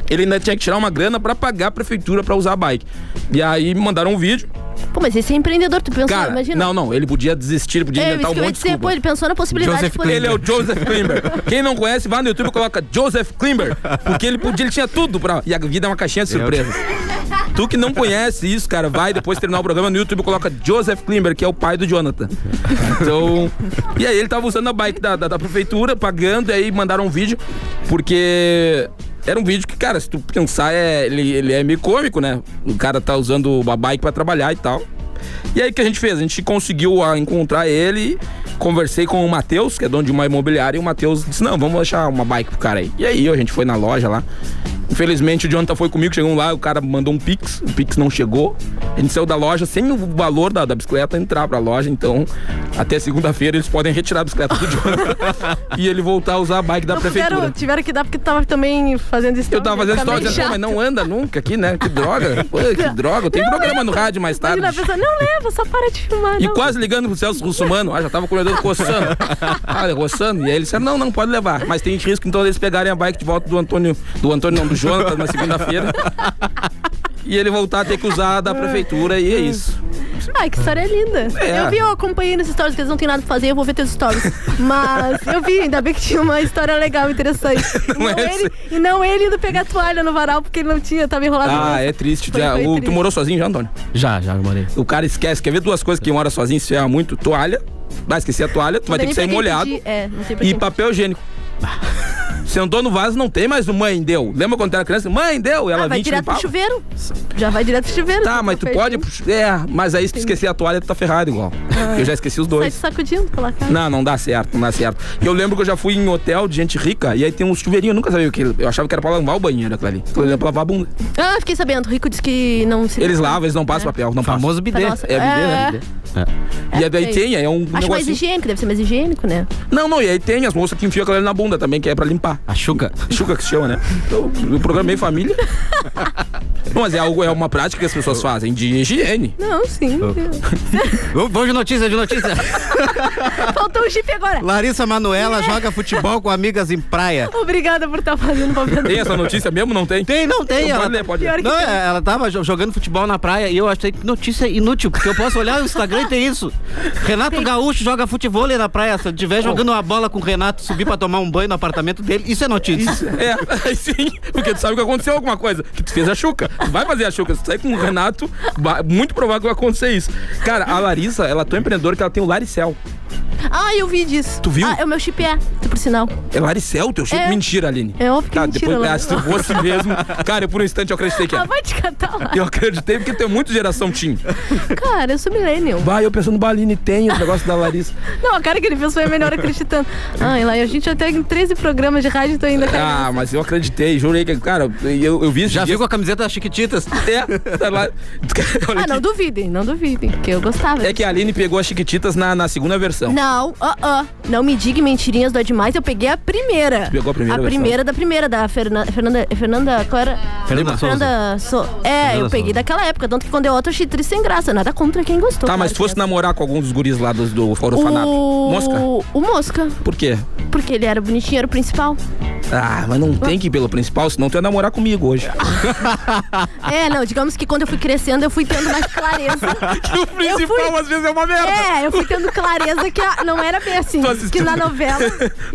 ele ainda tinha que tirar uma grana pra pagar a prefeitura pra usar a bike. E aí me mandaram um vídeo.
Pô, mas esse é empreendedor, tu pensou,
Cara,
imagina.
não, não, ele podia desistir, podia
é, isso
inventar um
que eu ia
monte de
dizer, pô,
desculpa.
ele pensou na possibilidade
Joseph
de poder...
Ele é o Joseph Klimber. Quem não conhece, vá no YouTube e coloca Joseph Klimber. Porque ele podia, ele tinha tudo pra. E a vida é uma caixinha de surpresas. Tu que não conhece isso, cara, vai depois terminar o programa no YouTube e coloca Joseph Klimber, que é o pai do Jonathan. Então. E aí ele tava usando a bike da, da, da prefeitura, pagando, e aí mandaram um vídeo, porque. Era um vídeo que, cara, se tu pensar, é, ele, ele é meio cômico, né? O cara tá usando uma bike pra trabalhar e tal. E aí o que a gente fez? A gente conseguiu ah, encontrar ele, conversei com o Matheus, que é dono de uma imobiliária, e o Matheus disse, não, vamos deixar uma bike pro cara aí. E aí a gente foi na loja lá. Infelizmente o Jonathan foi comigo, chegamos lá, o cara mandou um Pix, o Pix não chegou. A gente saiu da loja sem o valor da, da bicicleta entrar pra loja, então até segunda-feira eles podem retirar a bicicleta do Jonathan e ele voltar a usar a bike da
Não,
prefeitura.
tiveram, tiveram que dar porque tu tava também fazendo história.
Eu tava fazendo história, dizendo, "Pô, mas não anda nunca aqui, né? Que droga. Pô, que droga. Tem programa no rádio mais
é
tarde.
Imagina a pessoa, não leva, só para de filmar.
E
não.
quase ligando pro Celso Russomano. Ah, já tava com o olhador coçando. Olha, coçando. E aí ele disse, não, não, pode levar. Mas tem risco, então, eles pegarem a bike de volta do Antônio... Do Antônio, não, do Jonathan, na segunda-feira. E ele voltar a ter que usar a da prefeitura e é isso.
Ai, que história linda.
É.
Eu vi, eu acompanhei nos stories, que eles não têm nada pra fazer, eu vou ver teus stories. Mas eu vi, ainda bem que tinha uma história legal, interessante. E
Não
não,
é
ele, e não ele indo pegar toalha no varal, porque ele não tinha, tava enrolado.
Ah,
nisso.
é triste.
Foi-
já.
foi
o,
triste.
Tu morou sozinho já, Antônio?
Já, já, morei.
O cara esquece. Quer ver duas coisas que mora sozinho se ferra muito? Toalha. Vai esquecer a toalha, tu vai ter
Nem
que sair
pra quem
molhado.
pedir, É, não tem pra
E
quem
papel higiênico. Sentou no vaso, não tem mais o mãe, deu. Lembra quando tu era criança? Mãe, deu. Ela
Ah, vai
vinha e te
direto pro
limpava.
chuveiro? Já vai direto pro chuveiro.
Tá, mas tu pode. É, mas aí se tu esquecer a toalha, tu tá ferrado igual. Eu já esqueci os
Ah, Sai te
dois.
sacudindo pela cara.
Não, não dá certo, não dá certo. E eu lembro que eu já fui em hotel de gente rica e aí tem uns chuveirinhos, eu nunca sabia o que. Eu achava que era pra lavar o banheiro aquilo ali. Aquilo ali era pra lavar a bunda.
Ah, fiquei sabendo. O Rico disse que não se.
Eles lavam, eles não passam papel, não passam.
Famoso bidê.
É. Nossa,
É,
é.
bidê, né? E aí daí
sei.
tem, aí é um
Acho mais
negócio.
higiênico, deve ser mais higiênico, né?
Não, não, e aí tem as moças que enfiam aquilo ali na bunda também, que é pra limpar.
A chuca.
Chuca que se chama, né? Eu, eu programei família. Não, mas é algo, é uma prática que as pessoas fazem de higiene.
Não, sim.
Vamos de notícia, de notícia.
Tá, Faltou o chip agora.
Larissa
É.
Manuela joga futebol com amigas em praia.
Obrigada por estar fazendo papel.
Tem essa notícia mesmo? Não tem?
Tem, não tem.
Então
Ela,
pode ler, pode ler.
Pior que
não, é, ela tava jo- jogando futebol na praia e eu achei que notícia inútil, porque eu posso olhar no Instagram e tem isso. Renato Gaúcho joga futebol na praia. Se eu estiver jogando uma bola com o Renato, subir pra tomar um banho no apartamento dele, isso é notícia.
É, aí sim, porque tu sabe que aconteceu alguma coisa. Que tu fez a chuca. Tu vai fazer a chuca. Se tu sair com o Renato, vai- muito provável que vai acontecer isso. Cara, a Larissa, ela é tão empreendedora que ela tem o Laricel.
Ah, eu vi disso.
Tu viu?
Ah, é o meu chip é, por sinal.
É Laricel o teu chute?
É.
Mentira, Aline.
É óbvio que
Tá,
mentira,
depois,
Aline.
ah, se tu fosse mesmo. Cara, eu por um instante eu acreditei que
Ah,
era.
vai te catar lá.
Eu acreditei porque tem muito geração Tim.
Cara, eu sou millennial.
Vai, eu pensando, Baline tem o negócio da Larissa.
Não, a cara que ele fez foi a melhor acreditando. Ai, lá, e a gente já tem 13 programas de rádio, tô ainda cara.
Ah, mas eu acreditei, jurei que. Cara, eu, eu vi esse
Já
dia-
viu com a camiseta das Chiquititas?
É, tá lá. Olha
Ah, não
aqui.
duvidem, não duvidem, que eu gostava.
É que a Aline pegou as Chiquititas na, na segunda versão.
Não, ó, ó. Não me diga mentirinhas, dói demais. Eu peguei a primeira. Tu
pegou a primeira
A
versão?
primeira da primeira, da Ferna- Fernanda. Fernanda. Qual era?
Fernanda Souza.
Fernanda So- É, eu
Fernanda
peguei
Souza.
daquela época. Tanto que quando é eu outra, eu achei triste sem graça. Nada contra quem gostou.
Tá, mas se
claro
fosse
que é.
namorar com algum dos guris lá do, do orfanato.
O...
Mosca?
O Mosca.
Por quê?
Porque ele era bonitinho, era o principal.
Ah, mas não tem que ir pelo principal, senão tu ia namorar comigo hoje.
É, não, digamos que quando eu fui crescendo, eu fui tendo mais clareza.
o
Eu fui-
às vezes é uma merda.
É, eu fui tendo clareza que a- não era bem assim.
Tu assistiu-
Que na novela.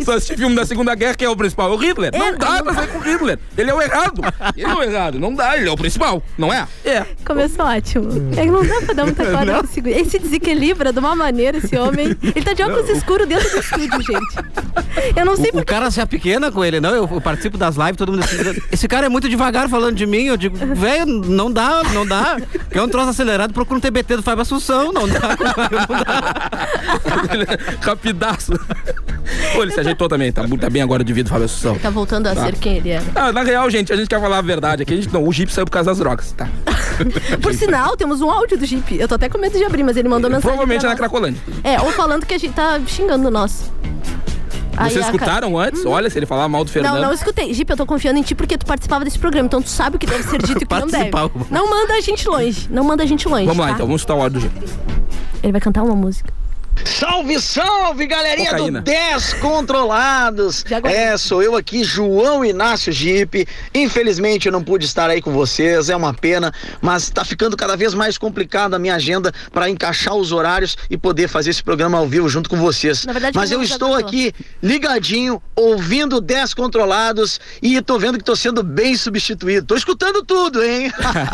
Só assisti filme da Segunda Guerra, quem é o principal? É o Hitler.
É,
não dá
não dá.
pra sair com o Hitler. Ele é o errado. Ele é o errado. Não dá, ele é o principal, não é? É.
Começou ótimo. É que não dá pra dar muita corda pra segurar. Ele se desequilibra de uma maneira, esse homem. Ele tá de óculos escuros dentro do estúdio, gente. Eu não sei
O, o
porque.
cara se apequena com ele, não? Eu, eu participo das lives, todo mundo assim, Esse cara é muito devagar falando de mim. Eu digo, velho, não dá, não dá. Quer um troço acelerado, procura um TBT do Fábio Assunção, não dá.
Ele é Rapidaço. Pô, ele se ajeitou também. Tá, bu- tá bem agora de vida, Fábio Assunção.
Tá voltando a ser quem ele é.
Ah, na real, gente, a gente quer falar a verdade aqui. A gente, não, o Jeep saiu por causa das drogas, tá?
Por sinal, temos um áudio do Jeep. Eu tô até com medo de abrir, mas ele mandou mensagem.
Provavelmente é
pra
na
nós.
Cracolândia.
É, ou falando que a gente tá xingando nós. Aí
Vocês
a- Uhum.
escutaram antes? Olha, se ele falar mal do Fernando.
Não, não escutei. Jeep, eu tô confiando em ti porque tu participava desse programa, então tu sabe o que deve ser dito e o que não deve.
Participava.
Não manda a gente longe. Não manda a gente longe.
Vamos lá,
tá?
então. Vamos escutar o áudio do Jeep.
Ele vai cantar uma música.
Salve, salve, galerinha
Cocaína.
do Descontrolados!
Já gostei.
É, sou eu aqui, João Inácio Gipe. Infelizmente eu não pude estar aí com vocês, é uma pena, mas tá ficando cada vez mais complicada a minha agenda para encaixar os horários e poder fazer esse programa ao vivo junto com vocês.
Na verdade,
mas
não,
eu
já
estou
gostou.
aqui ligadinho, ouvindo Descontrolados e tô vendo que tô sendo bem substituído. Tô escutando tudo, hein?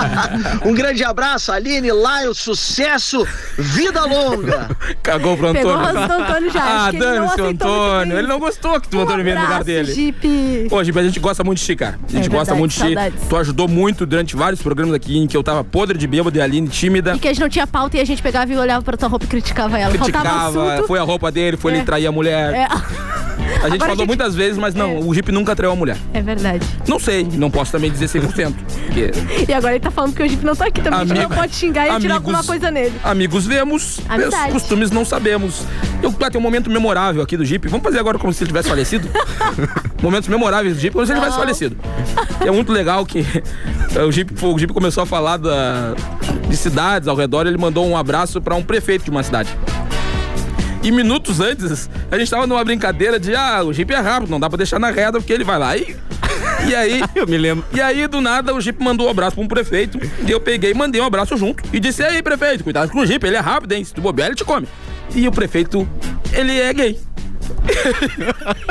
um grande abraço, Aline, Laio, sucesso, vida longa!
Cagou pro
Pegou
Antônio.
o rosto do Antônio já.
Ah,
acho que ele não
dane-se o
aceitou muito
Antônio.
bem
Ele não
isso.
gostou que o
Um
Antônio veio no lugar
abraço,
dele.
Jipe.
Ô, Gipe, a gente gosta muito de ti, cara. A gente
É
gosta
verdade,
muito de ti.
saudades.
Tu ajudou muito durante vários programas aqui em que eu tava podre de bêbado e a Aline tímida.
E que a gente não tinha pauta e a gente pegava e olhava pra tua roupa e criticava ela. Faltava
Criticava,
assunto.
foi a roupa dele, foi
É.
ele trair a mulher.
É.
A gente
Agora
falou muitas vezes, mas não,
É.
o Jeep nunca traiu a mulher.
É verdade.
Não sei, não posso também dizer 100%. Porque
E agora ele tá falando que o Jeep não tá aqui também. a gente não
Amigo-
pode xingar e tirar alguma coisa nele.
Amigos vemos,
Amizade.
meus costumes não sabemos. Eu ah, tem um momento memorável aqui do Jeep. Vamos fazer agora como se ele tivesse falecido? Momentos memoráveis do Jeep, como se ele tivesse
Não.
falecido. É muito legal que eh, o Jeep, o Jeep começou a falar da- de cidades ao redor. Ele mandou um abraço pra um prefeito de uma cidade. E minutos antes, a gente tava numa brincadeira de ah, o Jeep é rápido, não dá pra deixar na reta, porque ele vai lá e. E aí,
Eu me lembro.
e aí, do nada, o Jeep mandou um abraço pra um prefeito. E eu peguei e mandei um abraço junto. E disse: "E aí, prefeito, cuidado com o Jeep, ele é rápido, hein? Se tu bobear, ele te come. E o prefeito, ele é gay.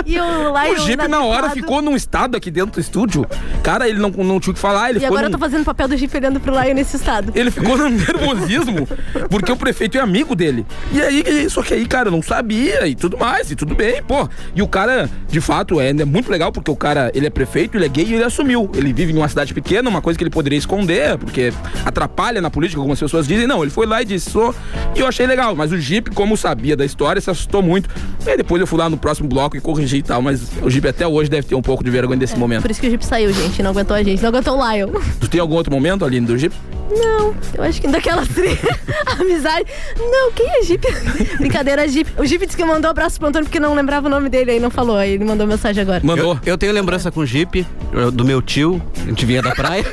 E o lá
O Jeep, na hora, ficou num estado aqui dentro do estúdio. Cara, ele não, não tinha o que falar. Ele
E
ficou
agora eu
num-
tô fazendo o papel do Jeep olhando pro Lion nesse estado.
ele ficou no nervosismo, porque o prefeito é amigo dele. E aí, só que aí, cara, eu não sabia e tudo mais, e tudo bem, pô. E o cara, de fato, é, é muito legal, porque o cara, ele é prefeito, ele é gay e ele assumiu. Ele vive em uma cidade pequena, uma coisa que ele poderia esconder, porque atrapalha na política, algumas pessoas dizem. Não, ele foi lá e disse, sou. E eu achei legal, mas o Jeep, como sabia da história, se assustou muito. E aí depois eu fui lá no próximo bloco e corrigi e tal, mas o Jeep até hoje deve ter um pouco de vergonha desse momento.
Por isso que o Jeep saiu, gente. Não aguentou a gente. Não aguentou o Lion.
Tu tem algum outro momento, Aline, do Jeep?
Não, eu acho que daquela tri... amizade. Não, quem é Jeep? Brincadeira, Jeep. O Jeep disse que mandou um abraço pro Antônio porque não lembrava o nome dele, aí não falou. Aí ele mandou mensagem agora.
Mandou.
Eu, eu tenho lembrança com Jeep, eu- do meu tio, a gente vinha da praia.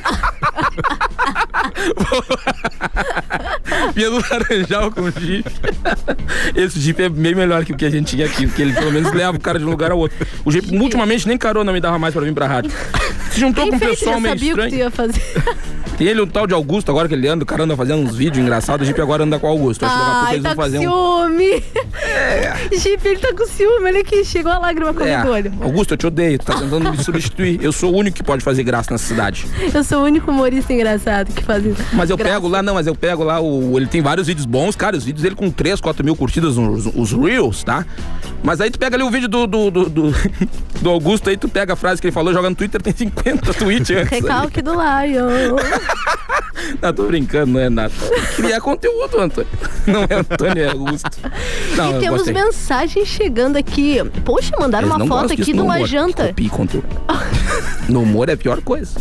Vinha do Laranjal com o Jeep. Esse Jeep é bem melhor que o que a gente tinha aqui, porque ele pelo menos leva o cara de um lugar ao outro. O Jeep, ultimamente, nem carona me dava mais pra vir pra rádio. Se juntou com um
Enfim,
pessoal
já
meio
sabia o que tu
estranho.
ia fazer.
Tem ele, o tal de Augusto, agora que ele anda, o cara anda fazendo uns vídeos engraçados. O Jeep agora anda com o Augusto. Acho que daqui a pouco
Ai,
eles
tá
vão
com
fazer um.
ciúme. Jeep, ele tá com ciúme. Olha aqui, chegou a lágrima comigo
É,
o olho.
Augusto, eu te odeio. Tu tá tentando me substituir. Eu sou o único que pode fazer graça nessa cidade.
Eu sou o único humorista engraçado que faz isso.
Mas eu
Graças
pego lá, não, mas eu pego lá, o, ele tem vários vídeos bons, cara, os vídeos dele com 3, 4 mil curtidas, os, os Reels, tá? Mas aí tu pega ali o vídeo do, do, do, do- do Augusto, aí tu pega a frase que ele falou, joga no Twitter, tem 50 tweets antes.
Recalque do Lion.
Não, tô brincando, não é nada. Criar conteúdo, Antônio. Não é Antônio, é Augusto. Não,
e
eu
temos
gostei.
mensagens chegando aqui. Poxa, mandaram
Eles
uma
não
foto
gostam
aqui
disso
de
no
uma
humor.
janta.
Copia conteúdo. No humor é a pior coisa.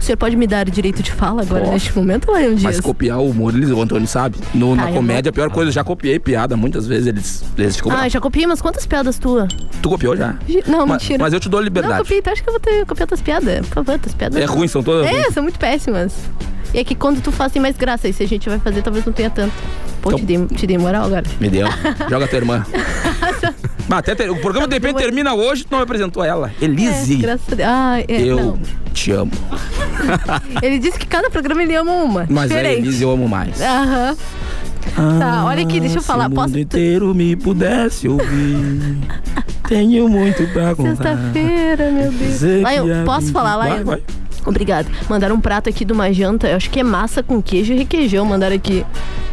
O senhor pode me dar o direito de fala agora,
Posso.
neste momento, é um Lion
Mas
Dias?
copiar o humor, eles, o Antônio sabe. No-
Tá,
na
eu
comédia, é a pior coisa. Eu já copiei piada muitas vezes, eles, eles ficam.
Ah,
bravos.
já copiei umas quantas piadas tuas?
Tu copiou já?
Não,
Ma-
mentira.
Mas eu te dou
Não,
liberdade.
copiei, tu acha que eu vou ter copiado tuas piadas? Por favor, tuas piadas.
É ruim, são todas ruins.
É, são muito péssimas. E é que quando tu faz tem mais graça, e se a gente vai fazer, talvez não tenha tanto. Pô,
Então-
te, dei, te dei moral agora.
Me deu. Joga tua irmã. Bah, até ter- O programa de repente termina hoje, tu não me apresentou ela.
É,
Elise,
graças a Deus. Ah, é,
eu
não.
te amo.
Ele disse que cada programa ele ama uma.
Mas a
diferente.
Elise eu amo mais.
Aham. Tá, olha aqui, deixa eu falar.
Se o
Posso.
mundo inteiro me pudesse ouvir, tenho muito pra
tá
contar.
Sexta-feira, meu Deus.
Dizer que é
Lion,
a
posso
vida-
falar,
Vai,
Lion?
vai.
Obrigada. Mandaram um prato aqui de uma janta, eu acho que é massa com queijo e requeijão, mandaram aqui.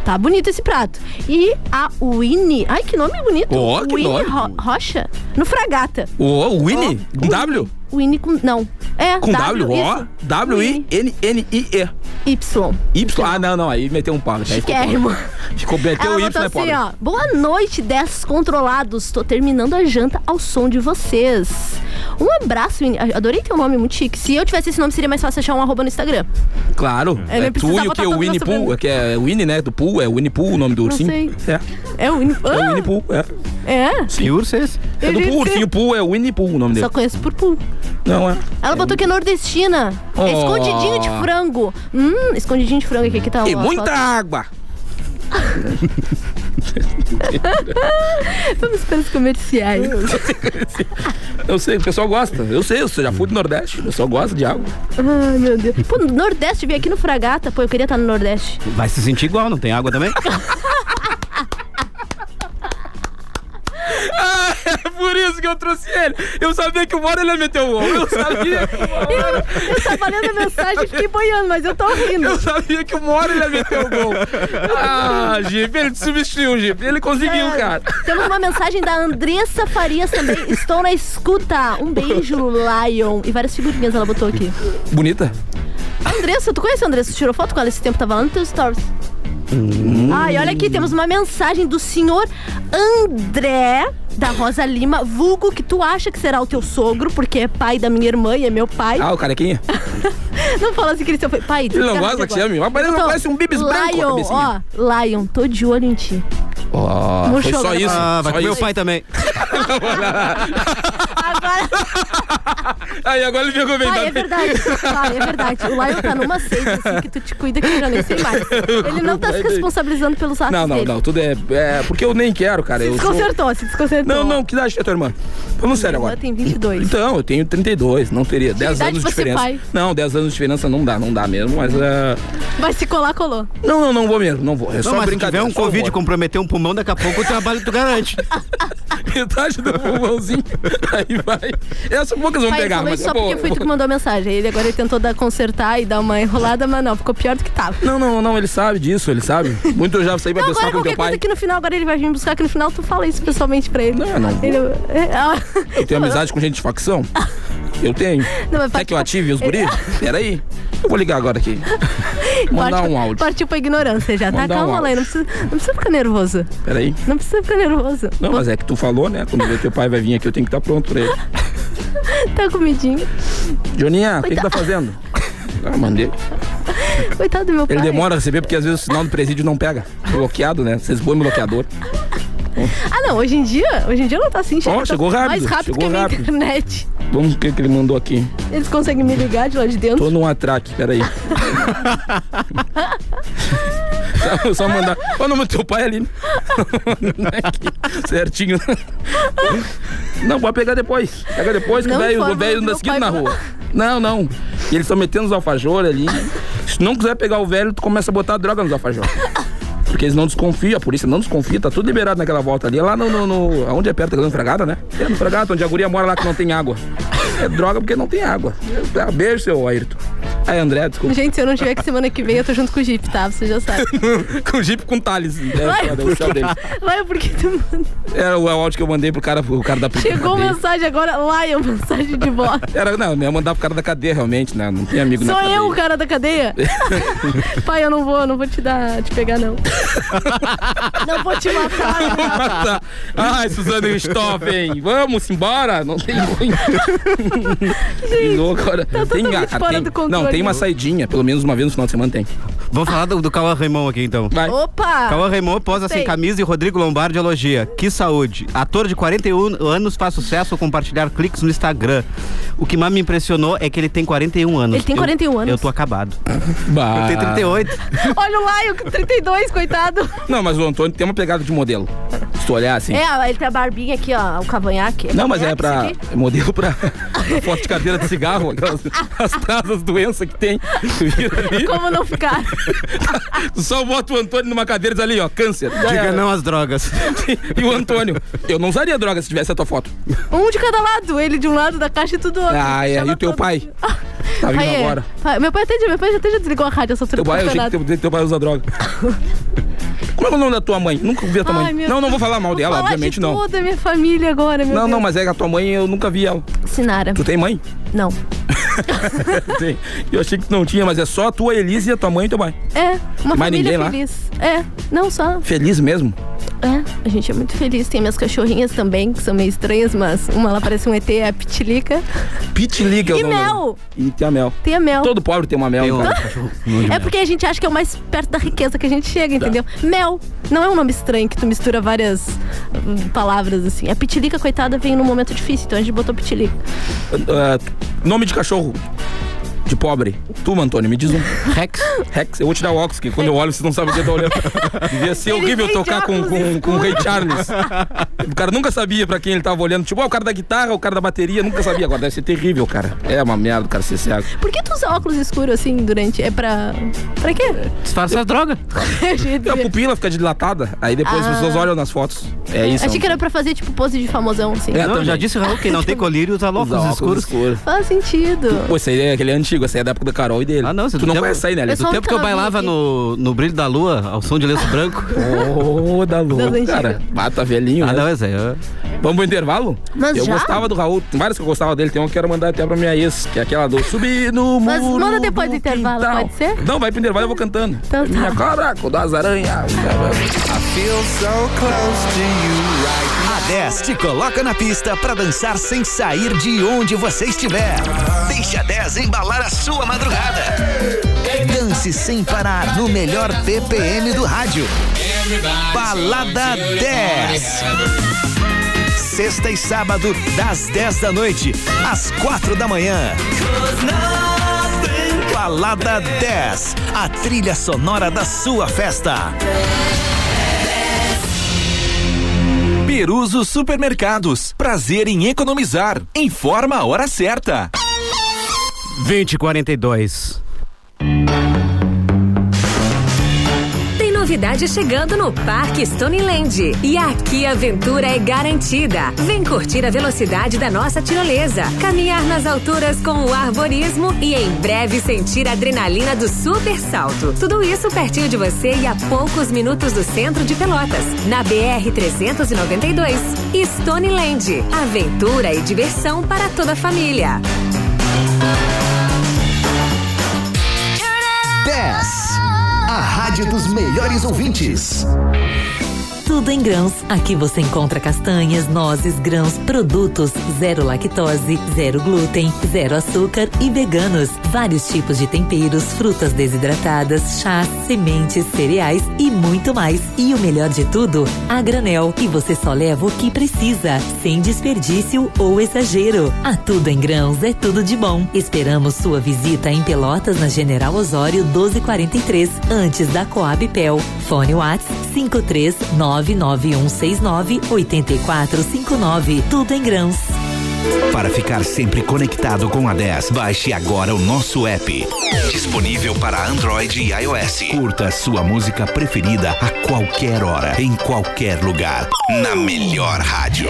Tá bonito esse prato. E a Winnie. Ai, que nome bonito.
Ó, que
Winnie
nome.
Ro- Rocha? No Fragata.
Ô, Winnie, com W?
Winnie com. Não. É,
Com W, ó.
Winnie.
W-I-N-N-I-E.
Y.
Y. Ah, não, não. Aí meteu um pau. aí ficou-
Chiquérrimo.
Ficou bem. Até
Ela
o Y,
botou
né,
assim,
pobre?
ó. Boa noite, descontrolados. Tô terminando a janta ao som de vocês. Um abraço, menina. Adorei teu nome, muito chique. Se eu tivesse esse nome, seria mais fácil achar um arroba no Instagram.
Claro.
É,
É
vai
tu
precisar
e o que?
botar
O
todo
Winnie
meu sobrenome.
Pooh? Que é Winnie, né? Do Pooh? É Winnie Pooh o nome do ursinho?
sei.
É.
É o Winnie.
É o Winnie
Ah,
Pooh, é.
é?
Que urso é esse?
É do
Ele
Pooh, ursinho Pooh, é o Winnie Pooh o nome dele.
Só conheço por Pum.
Não, é.
Ela botou que é nordestina. É
Oh.
escondidinho de frango. Hum, escondidinho de frango aqui que tá
E
ó,
muita
foto.
água!
Vamos para os comerciais.
Eu sei, o pessoal gosta. Eu sei, eu já fui do Nordeste, o pessoal gosta de água.
Ai, meu Deus. Pô, Nordeste, vim aqui no Fragata. Pô, eu queria estar no Nordeste.
Vai se sentir igual, não tem água também?
Ah, é por isso que eu trouxe ele. Eu sabia que o Moro ele ia meter o gol. Eu sabia. que o Mauro-
Eu tava lendo a mensagem e fiquei boiando, mas eu tô rindo.
Eu sabia que o Moro ele ia meter o gol. Ah, Jeep, ele te substituiu, Jeep. Ele conseguiu, cara.
Ah, Temos uma mensagem da Andressa Farias também. Estou na escuta. Um beijo, Lion. E várias figurinhas ela botou aqui.
Bonita?
Andressa, tu conhece a Andressa? Tu tirou foto com ela esse tempo? Tava lá no teu stories.
Hum.
Ai, olha aqui, temos uma mensagem do senhor André da Rosa Lima, vulgo que tu acha que será o teu sogro, porque é pai da minha irmã e é meu pai.
Ah, o carequinha?
Não fala assim que ele seu pai.
Ele não gosta que chame? Mas ele não parece um bibis branco, a
Então, Lion, ó,
cabecinha.
Lion, tô de olho em ti.
Ó, foi
Murchou
só
agora.
isso.
Ah, vai
só
com meu
isso. É
pai também.
Agora.
Aí, agora ele ficou bem.
Ah, é
também.
verdade. Ah, é verdade. O Lion tá numa seita assim que tu te cuida que eu já nem sei mais. Ele não tá se responsabilizando pelos atos
Não, não,
dele.
não. Tudo é, é. Porque eu nem quero, cara. Eu sou...
Desconcertou, se desconcertou.
Não, não, que idade é tua irmã? Falando sério
Ela
agora.
tem 22.
Então, eu tenho 32, não teria. 10
idade
anos de
você é
diferença.
pai?
Não, 10 anos de diferença não dá, não dá mesmo, mas. é,
Vai se colar, colou.
Não, não, não vou mesmo, não vou. É
Não,
só
mas se tiver
brincadeira.
um
só
Covid
vou.
comprometer um pulmão, daqui a pouco o trabalho tu garante.
metade do pulmãozinho, aí vai. Essa poucas vão
Pai, ele
pegar,
falou
mas
isso só
é boa.
porque foi tu que mandou a mensagem. Ele agora ele tentou dar, consertar e dar uma enrolada, mas não, ficou pior do que tava.
Não, não, não, ele sabe disso, ele sabe. Muito eu já saí pra
Não,
pensar
agora
com teu
qualquer
pai.
coisa que no final, agora ele vai vir me buscar, que no final tu fala isso pessoalmente pra ele.
Não, não.
Ele, é, ah,
Eu tenho amizade com gente de facção? Eu tenho.
Não, É. mas
Até que eu
partiu-
ative os guris? Peraí. Eu vou ligar agora aqui. Mandar
partiu-
um áudio.
Partiu pra ignorância já, tá?
Mandar um
Calma,
áudio.
Lain, não precisa, não precisa ficar nervoso.
Peraí.
Não precisa ficar nervoso.
Não, mas é que tu falou, né? Quando ver teu pai vai vir aqui, eu tenho que estar pronto pra ele.
Tá comidinho.
Joninha, o que, que tá fazendo? Ah, mandei.
Coitado do meu pai.
Ele demora a receber porque às vezes o sinal do presídio não pega. Bloqueado, né? Vocês põem bloqueador.
Ah, não, hoje em dia, hoje em dia não tá assim.
Ó, chegou
tá
rápido,
Mais rápido
chegou
que a minha
rápido.
internet.
Vamos ver o que que ele mandou aqui.
Eles conseguem me ligar de lá de dentro.
Tô num atraque, peraí. só, só mandar. Olha o nome do teu pai é ali. Aqui, Certinho. Não, pode pegar depois. Pega depois que o
Não
velho- o
informa
velho
o
da
meu
esquina
pai
na
pra-
rua. Não, não. E eles estão metendo os alfajores ali. né? Se não quiser pegar o velho, tu começa a botar droga nos alfajores. Porque eles não desconfiam, a polícia não desconfia, tá tudo liberado naquela volta ali. É Lá no. no, no onde é perto da Grande Fragata, né? É no Fragata, onde a guria mora lá que não tem água. É droga porque não tem água. Ah, Beijo, seu Ayrton. Aí, André, desculpa.
Gente, se eu não tiver que semana que vem, eu tô junto com o Jeep, tá? Você já sabe.
com o Jeep com Thales. É,
Vai,
foda, o céu deles.
Lion, por que tu manda?
Era o áudio que eu mandei pro cara, pro cara da polícia.
Chegou mensagem agora, Lion, mensagem de voz.
Era, não, eu ia mandar pro cara da cadeia, realmente, né? Não tem amigo
Sou
na cadeia.
eu o cara da cadeia? Pai, eu não vou, não vou te dar, te pegar, não. não vou te matar. não.
Tá. Ai, Suzana e Stoffen, vamos embora? Não tem ruim. Pisou agora. tem,
tá totalmente
cara,
fora
tem-
do controle.
Não, tem uma saidinha, pelo menos uma vez no final de semana tem.
Vamos falar do, do Cauã Raymond aqui então.
Vai.
Opa!
Cauã Raymond posa sem
Gostei.
camisa e Rodrigo Lombardi elogia. Que saúde. Ator de 41 anos faz sucesso ao compartilhar cliques no Instagram. O que mais me impressionou é que ele tem 41 anos.
Ele tem
Eu-
41 anos.
Eu tô acabado.
Bah.
Eu tenho 38.
Olha o Lion, com 32, coitado.
Não, mas o Antônio tem uma pegada de modelo. Se tu olhar assim.
É, ó, ele tem a barbinha aqui, ó, o cavanhaque.
Não, mas é
cavanhaque,
pra.
isso aqui?
É modelo pra, pra foto de cadeira de cigarro, aquelas as trazas doenças que tem. Tu vira ali,
Como não ficar?
tu só bota o Antônio numa cadeira e diz ali, ó, câncer.
Diga não às drogas.
E o Antônio, eu não usaria droga se tivesse a tua foto.
Um de cada lado, ele de um lado da caixa e tudo outro.
Ah, é,
Chama
e o teu
todo-
pai? Tá vindo
Pai, é.
agora.
Pai- meu pai até, meu pai até já desligou a rádio essa altura
Teu
do
pai, eu achei que
campeonato.
teu, teu pai usa droga. Como é o nome da tua mãe? Nunca vi a tua
Ai,
mãe.
meu
Não, não
Deus.
vou falar mal
Vou
dela,
falar
obviamente
de
não.
toda a minha família agora, meu
Não,
Deus.
não, mas é que a tua mãe eu nunca vi ela.
Sinara,
Tu tem mãe?
não.
Tem. Eu achei que tu não tinha, mas é só a tua Elise, a tua mãe e teu pai.
É, uma
Mais ninguém lá?
família feliz. É, não só.
Feliz mesmo?
É, a gente é muito feliz. Tem minhas cachorrinhas também, que são meio estranhas, mas uma lá parece um ET, é a Pitilica.
Pitliga é o
E
nome dela.
mel! Então.
E tem a mel.
Tem a Mel.
Todo pobre tem uma mel, Ah,
Tem um
cara.
cachorro.
É porque a gente acha que é o mais perto da riqueza que a gente chega,
Tá.
entendeu? Mel não é um nome estranho que tu mistura várias hum, palavras assim. A pitilica, coitada, veio num momento difícil, então a gente botou pitilica.
Ah, nome de cachorro. de pobre? Tu, Antônio, me diz um.
Rex?
Rex, eu vou te dar o óculos, que quando eu olho, vocês não sabem o que eu tô olhando. Devia ser horrível
vende
tocar com, com, com o Ray Charles. O cara nunca sabia pra quem ele tava olhando. Tipo, ah, o cara da guitarra, o cara da bateria, nunca sabia. Agora deve ser terrível, cara. É uma merda o cara ser cego.
Por que tu usa óculos escuros assim durante. É pra. Pra quê?
Disfarça a droga.
Eu ia
A
dizer.
pupila fica dilatada, aí depois
Ah.
as pessoas olham nas fotos. É isso.
Achei que era pra fazer tipo pose de famosão, assim.
É,
Não,
também.
já disse o Raul, quem não tem colírio usa
Usa
óculos
óculos
escuros.
escuros.
Faz sentido.
Pô, esse aí é aquele antigo, esse aí é da época da Carol e dele.
Ah, não, você
tu
do
não
tempo-
conhece aí, né? Lelê?
Eu
Do
só-
Do tempo que eu
Aquela
bailava
música.
no, no Brilho da Lua, ao som de lenço branco.
É. Ô, da lua,
Das antigas.
cara. Bata velhinho.
ah,
né?
não, essa aí. ó.
Vamos pro intervalo?
Mas
eu
já?
gostava do Raul, tem vários que eu gostava dele, tem um que eu quero mandar até pra minha ex, que é aquela do subir no muro
Mas manda depois do intervalo,
quintal.
pode ser?
Não, vai pro intervalo e eu vou cantando. É
Então tá.
minha cobra, com das aranhas.
A 10 te coloca na pista pra dançar sem sair de onde você estiver. Deixa a 10 embalar a sua madrugada. Dance sem parar no melhor BPM do rádio. Balada 10. Sexta e sábado, das 10 da noite às 4 da manhã. Balada 10, a trilha sonora da sua festa.
Peruso Supermercados. Prazer em economizar. Informa a hora certa.
2042.
Tem novidade chegando no Parque Stoneland. E aqui a aventura é garantida. Vem curtir a velocidade da nossa tirolesa, caminhar nas alturas com o arborismo e em breve sentir a adrenalina do super salto. Tudo isso pertinho de você e a poucos minutos do centro de Pelotas, na BR-392. Stoneland, aventura e diversão para toda a família.
10. A rádio dos melhores ouvintes.
Tudo em grãos. Aqui você encontra castanhas, nozes, grãos, produtos zero lactose, zero glúten, zero açúcar e veganos. Vários tipos de temperos, frutas desidratadas, chás, sementes, cereais e muito mais. E o melhor de tudo, a granel. E você só leva o que precisa, sem desperdício ou exagero. A Tudo em Grãos é tudo de bom. Esperamos sua visita em Pelotas na General Osório 1243, antes da Coab Pel. Fone Whats 53991698459. Tudo em Grãos.
Para ficar sempre conectado com a 10, baixe agora o nosso app. Disponível para Android e iOS. Curta sua música preferida a qualquer hora, em qualquer lugar. Na melhor rádio.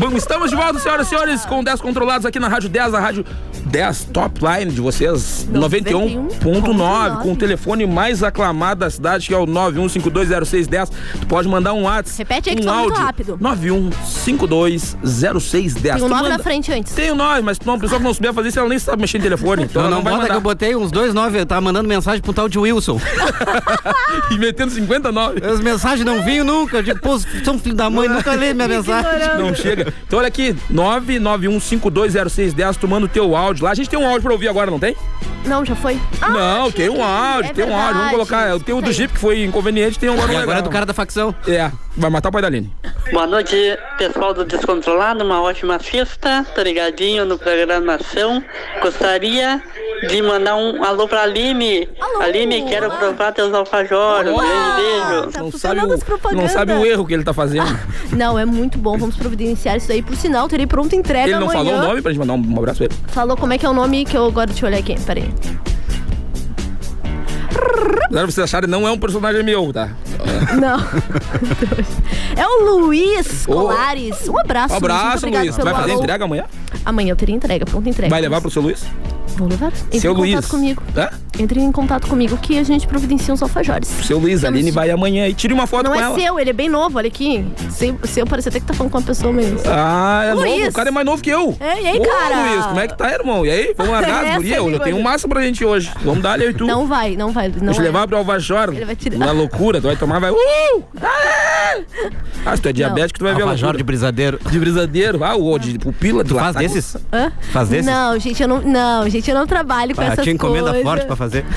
Bom, estamos de volta, senhoras e senhores, com 10 controlados aqui na Rádio 10, a Rádio 10 Top Line de vocês, 91.9,
91.9,
com o telefone mais aclamado da cidade, que é o 91520610. Tu pode mandar um WhatsApp.
Repete aí que
um
tá muito
áudio,
rápido.
91520610.
Tem um
Tu
9 na
manda-
frente Ah. antes.
Tem o 9, mas não, a pessoa que não souber fazer isso, ela nem sabe mexer em telefone. Então
Não,
ela
não,
não, vai
bota que
mandar.
eu botei uns dois nove, eu tava mandando mensagem pro tal de Wilson.
E metendo 59.
As mensagens não vinham nunca. Eu digo, pô, são filho da mãe, nunca lê minha mensagem.
Não chega. Então olha aqui, 991520610, tu manda o teu áudio lá. A gente tem um áudio pra ouvir agora, não tem?
Não, já foi? Ah,
não,
acho
tem
que
um áudio,
é
tem um áudio. Vamos
verdade.
colocar. Eu tenho o do
Isso tá aí.
Jeep que foi inconveniente, tem um agora
E
mais
agora é do
legal.
cara da facção.
É, vai matar o pai da Aline.
Tá
Boa noite, pessoal do Descontrolado, uma ótima sexta, tô ligadinho no programação. Gostaria de mandar um alô pra Aline.
Alô!
Aline, quero
Olá!
provar teus alfajores.
Olá!
Grande beijo.
Tá
Não sabe,
funcionando as
o, não
propagandas.
sabe o erro que ele tá fazendo.
Não, é muito bom. Vamos providenciar isso daí. Por sinal, terei pronta entrega
ele não
amanhã.
falou o nome pra gente mandar um, um abraço pra ele.
Falou como é que é o nome que eu agora te olhar aqui. Peraí.
Apesar de vocês acharem, não é um personagem meu, tá?
Não. é o Luiz Colares. Um abraço.
Um abraço,
muito obrigada
Luiz. Tu
pelo
vai fazer
alô.
entrega amanhã?
Amanhã eu teria entrega, pronta entrega.
Vai levar pro seu Luiz?
Vou levar. Entre
seu
em
Luiz.
contato comigo.
Hã?
Entre em contato comigo que a gente providencia uns alfajores.
Seu Luiz, a Aline vai amanhã e tire uma foto
Não
com
é
ela.
seu, ele é bem novo, olha aqui. Seu, seu parece até que tá falando com uma pessoa mesmo.
Ah, é
Luiz.
novo. O cara é mais novo que eu.
É, e aí,
Ô,
cara?
Luiz, como é que tá, irmão? E aí? Vamos largar as
Essa
gurias?
é a
Eu tenho
bigode.
massa pra gente hoje. Vamos dar ali, eu e tu.
Não vai, não vai. Não
Vou te
é.
levar pro Alvajor.
Ele vai tirar.
Na loucura, tu vai tomar, vai. Uh! Ah! Ah, se tu é diabético, tu vai ver
Alfajor
loucura.
de brisadeiro.
De brisadeiro, ah, ou de pupila. tá de
Tu faz
lataco.
desses?
Hã?
Faz desses?
Não, gente, eu não, não, gente, eu não trabalho com
Ah,
essas
tinha encomenda
coisas.
forte pra fazer.